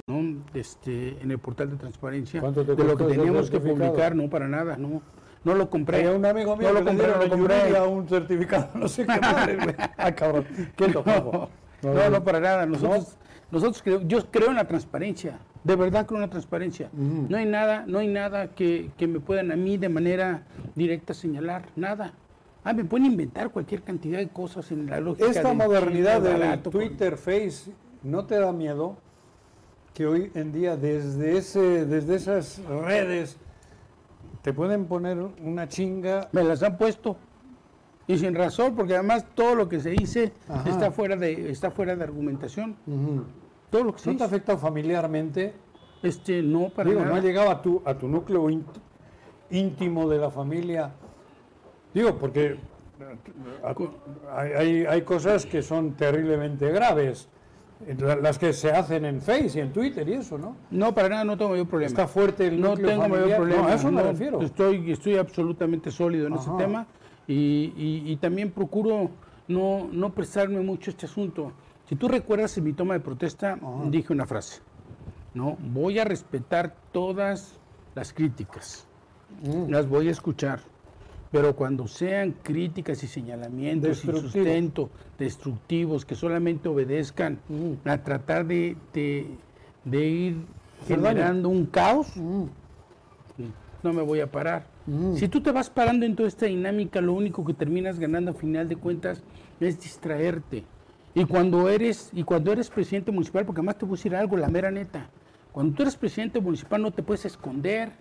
Speaker 2: ¿no? este, en el portal de transparencia
Speaker 1: ¿Cuánto te
Speaker 2: de lo
Speaker 1: costó
Speaker 2: que
Speaker 1: ese
Speaker 2: teníamos que
Speaker 1: certificado?
Speaker 2: publicar, no para nada, no, no lo compré.
Speaker 1: Hay un amigo mío que
Speaker 2: no lo
Speaker 1: le
Speaker 2: compré, no
Speaker 1: dieron
Speaker 2: lo
Speaker 1: en
Speaker 2: compré.
Speaker 1: Yuridia un certificado, no sé qué madre, güey. Ah, cabrón. Qué
Speaker 2: No,
Speaker 1: topajo.
Speaker 2: no, no, para nada. Nosotros, nosotros creo, yo creo en la transparencia. De verdad creo en la transparencia. No hay nada, no hay nada que, que me puedan a mí de manera directa señalar. Nada. Ah, me pueden inventar cualquier cantidad de cosas en la lógica.
Speaker 1: Esta
Speaker 2: del
Speaker 1: modernidad
Speaker 2: chisme
Speaker 1: del
Speaker 2: barato, con-
Speaker 1: Twitter, Face, ¿no te da miedo que hoy en día desde, ese, desde esas redes te pueden poner una chinga?
Speaker 2: Me las han puesto. Y sin razón, porque además todo lo que se dice
Speaker 1: Ajá.
Speaker 2: está fuera de está fuera de argumentación.
Speaker 1: Ujú.
Speaker 2: Todo lo que se
Speaker 1: ¿No te
Speaker 2: dice.
Speaker 1: afecta familiarmente?
Speaker 2: Este, no, para
Speaker 1: Digo, no
Speaker 2: nada.
Speaker 1: ha llegado a tu, a tu núcleo ínt- íntimo de la familia. Digo, porque eh, a- hay, hay- hay cosas que son terriblemente graves, eh, la- las que se hacen en Face y en Twitter y eso, ¿no?
Speaker 2: no, para nada, no tengo yo problema.
Speaker 1: Está fuerte el
Speaker 2: No
Speaker 1: este núcleo
Speaker 2: tengo mayor
Speaker 1: familiar.
Speaker 2: problema.
Speaker 1: No, a eso me
Speaker 2: no,
Speaker 1: refiero.
Speaker 2: Estoy, estoy absolutamente sólido en
Speaker 1: Ajá.
Speaker 2: ese tema y, y- y también procuro no, no prestarme mucho a este asunto. Si tú recuerdas en mi toma de protesta, dije una frase. No, voy a respetar todas las críticas.
Speaker 1: Mm.
Speaker 2: Las voy a escuchar. Pero cuando sean críticas y señalamientos sin
Speaker 1: Destructivos.
Speaker 2: sustento, destructivos, que solamente obedezcan
Speaker 1: Mm.
Speaker 2: a tratar de, de- de ir
Speaker 1: Hacer daño.
Speaker 2: generando un caos,
Speaker 1: Mm.
Speaker 2: no me voy a parar. Si tú te vas parando en toda esta dinámica, lo único que terminas ganando a final de cuentas es distraerte. Y cuando eres, y cuando eres presidente municipal, porque además te voy a decir algo, la mera neta, cuando tú eres presidente municipal no te puedes esconder,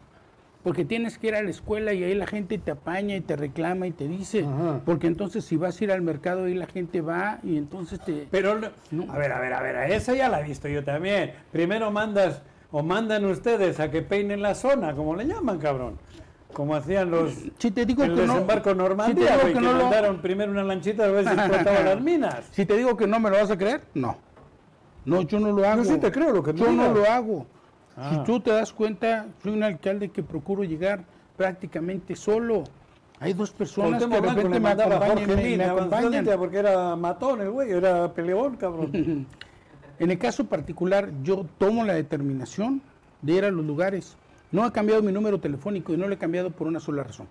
Speaker 2: porque tienes que ir a la escuela y ahí la gente te apaña y te reclama y te dice,
Speaker 3: Ajá.
Speaker 2: porque entonces si vas a ir al mercado ahí la gente va y entonces te...
Speaker 3: Pero, no-
Speaker 2: No.
Speaker 3: a ver, a ver, a ver, a esa ya la he visto yo también. Primero mandas, o mandan ustedes a que peinen la zona, como le llaman, cabrón. Como hacían los...
Speaker 2: Si te digo
Speaker 3: el
Speaker 2: que no...
Speaker 3: desembarco
Speaker 2: si te
Speaker 3: Normandía,
Speaker 2: digo
Speaker 3: güey,
Speaker 2: que
Speaker 3: que,
Speaker 2: no lo-
Speaker 3: mandaron primero una lanchita, a ver si explotaban las minas.
Speaker 2: Si te digo que no, ¿me lo vas a creer? No. No, yo no lo hago.
Speaker 3: sí te creo lo que tú
Speaker 2: Yo no
Speaker 3: digas.
Speaker 2: lo hago.
Speaker 3: Ah.
Speaker 2: Si tú te das cuenta, soy un alcalde que procuro llegar prácticamente solo. Hay dos personas
Speaker 3: Cuauhtémoc
Speaker 2: que de
Speaker 3: Blanco
Speaker 2: repente
Speaker 3: le
Speaker 2: me
Speaker 3: mandaba a
Speaker 2: acompañan,
Speaker 3: Jorge
Speaker 2: me- me
Speaker 3: Mina,
Speaker 2: acompañan.
Speaker 3: avanzadita, porque era matón el güey, era peleón, cabrón.
Speaker 2: En el caso particular, yo tomo la determinación de ir a los lugares. No he cambiado mi número telefónico y no lo he cambiado por una sola razón.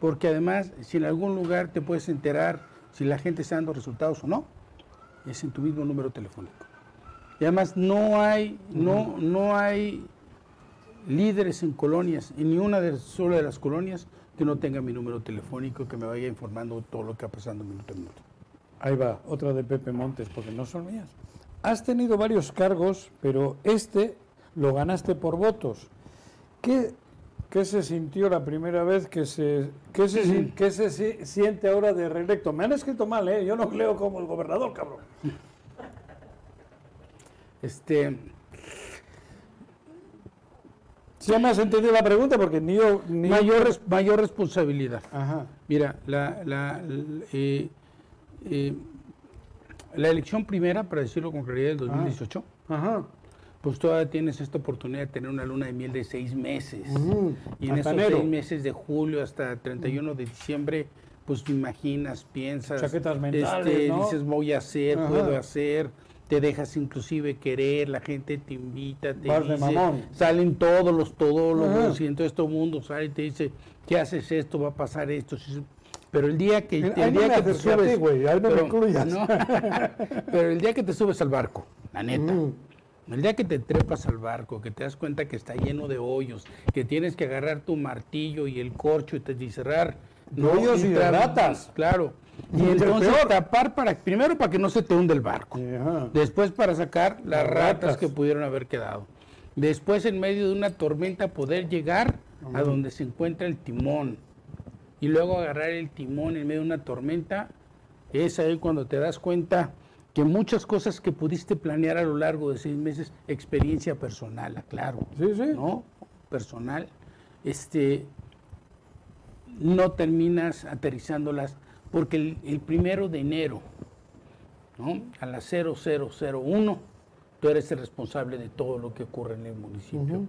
Speaker 2: Porque además, si en algún lugar te puedes enterar si la gente está dando resultados o no, es en tu mismo número telefónico. Y además no hay, no, no hay líderes en colonias, en ni una de, sola de las colonias, que no tenga mi número telefónico, que me vaya informando todo lo que va pasando minuto a minuto.
Speaker 1: Ahí va, otra de Pepe Montes, porque no son mías. Has tenido varios cargos, pero este lo ganaste por votos. ¿Qué, qué se sintió la primera vez que se, qué se, sin- qué se si- siente ahora de reelecto? Me han escrito mal, ¿eh? Yo no leo como el gobernador, cabrón.
Speaker 2: Este,
Speaker 1: Ya me has entendido la pregunta porque ni yo... Ni
Speaker 2: mayor, res- mayor responsabilidad.
Speaker 1: Ajá.
Speaker 2: Mira, la, la, l- eh, eh, la elección primera, para decirlo con claridad, del 2018,
Speaker 1: Ah. Ajá.
Speaker 2: pues todavía tienes esta oportunidad de tener una luna de miel de seis meses.
Speaker 1: Ujú,
Speaker 2: Y en
Speaker 1: hasta
Speaker 2: esos
Speaker 1: enero.
Speaker 2: seis meses de julio hasta 31 de diciembre, pues te imaginas, piensas. este,
Speaker 1: Chaquetas mentales, ¿no?
Speaker 2: Dices, voy a hacer,
Speaker 1: Ajá.
Speaker 2: puedo hacer. Te dejas inclusive querer, la gente te invita, te
Speaker 1: Vas de
Speaker 2: dice,
Speaker 1: mamón.
Speaker 2: salen todos los todólogos
Speaker 1: Ajá.
Speaker 2: y entonces todo el mundo sale y te dice, ¿qué haces esto? ¿Va a pasar esto? sí, sí". Pero el día que,
Speaker 1: Ahí
Speaker 2: el
Speaker 1: no
Speaker 2: día
Speaker 1: me
Speaker 2: que te
Speaker 1: haces tú a ti,
Speaker 2: subes,
Speaker 1: güey, ahí no me
Speaker 2: pero-
Speaker 1: incluyas.
Speaker 2: no, pero el día que te subes al barco, la neta,
Speaker 1: Mm.
Speaker 2: el día que te trepas al barco, que te das cuenta que está lleno de hoyos, que tienes que agarrar tu martillo y el corcho y, te, y cerrar.
Speaker 1: hoyos y de
Speaker 2: tra-
Speaker 1: ratas.
Speaker 2: Claro. Y
Speaker 1: Y el
Speaker 2: entonces
Speaker 1: peor.
Speaker 2: tapar para, primero para que no se te hunde el barco.
Speaker 1: Ajá.
Speaker 2: Después para sacar las
Speaker 1: Las
Speaker 2: ratas.
Speaker 1: ratas.
Speaker 2: que pudieron haber quedado. Después en medio de una tormenta poder llegar a donde se encuentra el timón. Y luego agarrar el timón en medio de una tormenta. Es ahí cuando te das cuenta que muchas cosas que pudiste planear a lo largo de seis meses, experiencia personal, aclaro.
Speaker 1: Sí, sí.
Speaker 2: ¿No? Personal. Este, no terminas aterrizándolas porque el, el primero de enero, ¿no? a las 0001, tú eres el responsable de todo lo que ocurre en el municipio.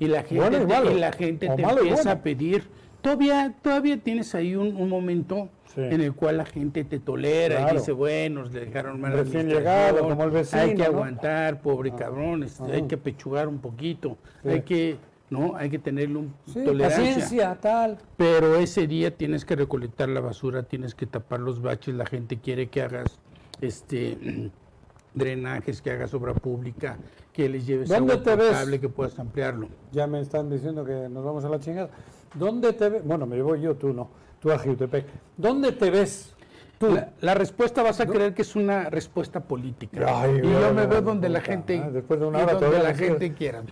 Speaker 2: Y la gente,
Speaker 1: Bueno y
Speaker 2: te-
Speaker 1: malo,
Speaker 2: y la gente
Speaker 1: o
Speaker 2: te
Speaker 1: malo y
Speaker 2: empieza
Speaker 1: bueno.
Speaker 2: a pedir. Todavía, todavía tienes ahí un, un momento
Speaker 1: Sí.
Speaker 2: en el cual la gente te tolera y
Speaker 1: Claro.
Speaker 2: dice, bueno, le dejaron mal
Speaker 1: Recién llegado, como el vecino,
Speaker 2: Hay que
Speaker 1: ¿no? Ah,
Speaker 2: aguantar, pobre cabrón, este, hay que pechugar un poquito, hay que, ¿no? Hay que tenerle un
Speaker 1: Sí,
Speaker 2: tolerancia.
Speaker 1: paciencia, tal.
Speaker 2: Pero ese día tienes que recolectar la basura, tienes que tapar los baches, la gente quiere que hagas este drenajes, que hagas obra pública, que les lleves
Speaker 1: ¿Dónde
Speaker 2: agua
Speaker 1: te ves?
Speaker 2: potable, que puedas ampliarlo.
Speaker 1: Ya me están diciendo que nos vamos a la chingada. ¿Dónde te ves? Bueno, me voy yo, tú no. Tú a Jiutepec. ¿Dónde te ves? Tú.
Speaker 2: La, la respuesta vas a creer que es una respuesta política.
Speaker 1: Ay,
Speaker 2: y yo
Speaker 1: güey,
Speaker 2: me veo
Speaker 1: puta
Speaker 2: donde la gente
Speaker 1: madre, después de una
Speaker 2: y
Speaker 1: hora
Speaker 2: donde
Speaker 1: todavía
Speaker 2: la
Speaker 1: les queda.
Speaker 2: gente quiera.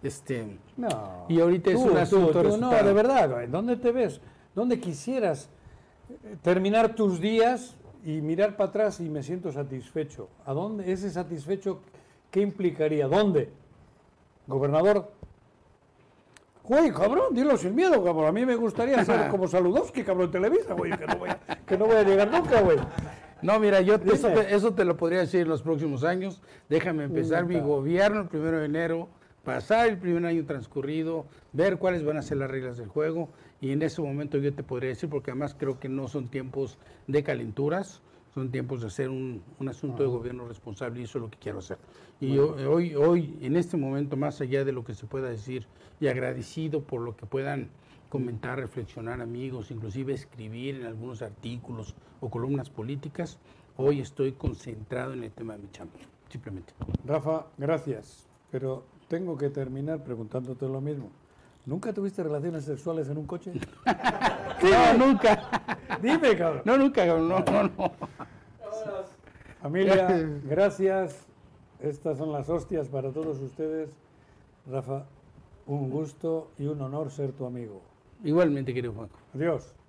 Speaker 2: Este,
Speaker 1: No.
Speaker 2: Y ahorita es
Speaker 1: Tú,
Speaker 2: un
Speaker 1: tú,
Speaker 2: asunto
Speaker 1: tú, No,
Speaker 2: resultado.
Speaker 1: de verdad, güey, ¿dónde te ves? ¿Dónde quisieras eh, terminar tus días y mirar para atrás y me siento satisfecho? ¿A dónde ese satisfecho qué implicaría? ¿Dónde? Gobernador. Güey, cabrón, dilo sin miedo, cabrón. A mí me gustaría ser como Saludowski, cabrón, en Televisa, güey, que no voy a, que no voy a llegar nunca, güey.
Speaker 2: No, mira, yo te- eso,
Speaker 1: Dime.
Speaker 2: te, eso te lo podría decir en los próximos años. Déjame empezar mi
Speaker 1: Puta.
Speaker 2: gobierno el primero de enero, pasar el primer año transcurrido, ver cuáles van a ser las reglas del juego. Y en ese momento yo te podría decir, porque además creo que no son tiempos de calenturas, son tiempos de hacer un, un asunto de gobierno responsable y eso es lo que quiero hacer. Y yo- hoy, hoy, en este momento, más allá de lo que se pueda decir y agradecido por lo que puedan comentar, reflexionar amigos, inclusive escribir en algunos artículos o columnas políticas. Hoy estoy concentrado en el tema de mi chamba, simplemente.
Speaker 1: Rafa, gracias. Pero tengo que terminar preguntándote lo mismo. ¿Nunca tuviste relaciones sexuales en un coche?
Speaker 2: no, nunca,
Speaker 1: Dime, cabrón.
Speaker 2: no, nunca, cabrón, no, no, no.
Speaker 1: Familia, gracias. Estas son las hostias para todos ustedes. Rafa, un gusto y un honor ser tu amigo.
Speaker 2: Igualmente, querido Juanjo.
Speaker 1: Adiós.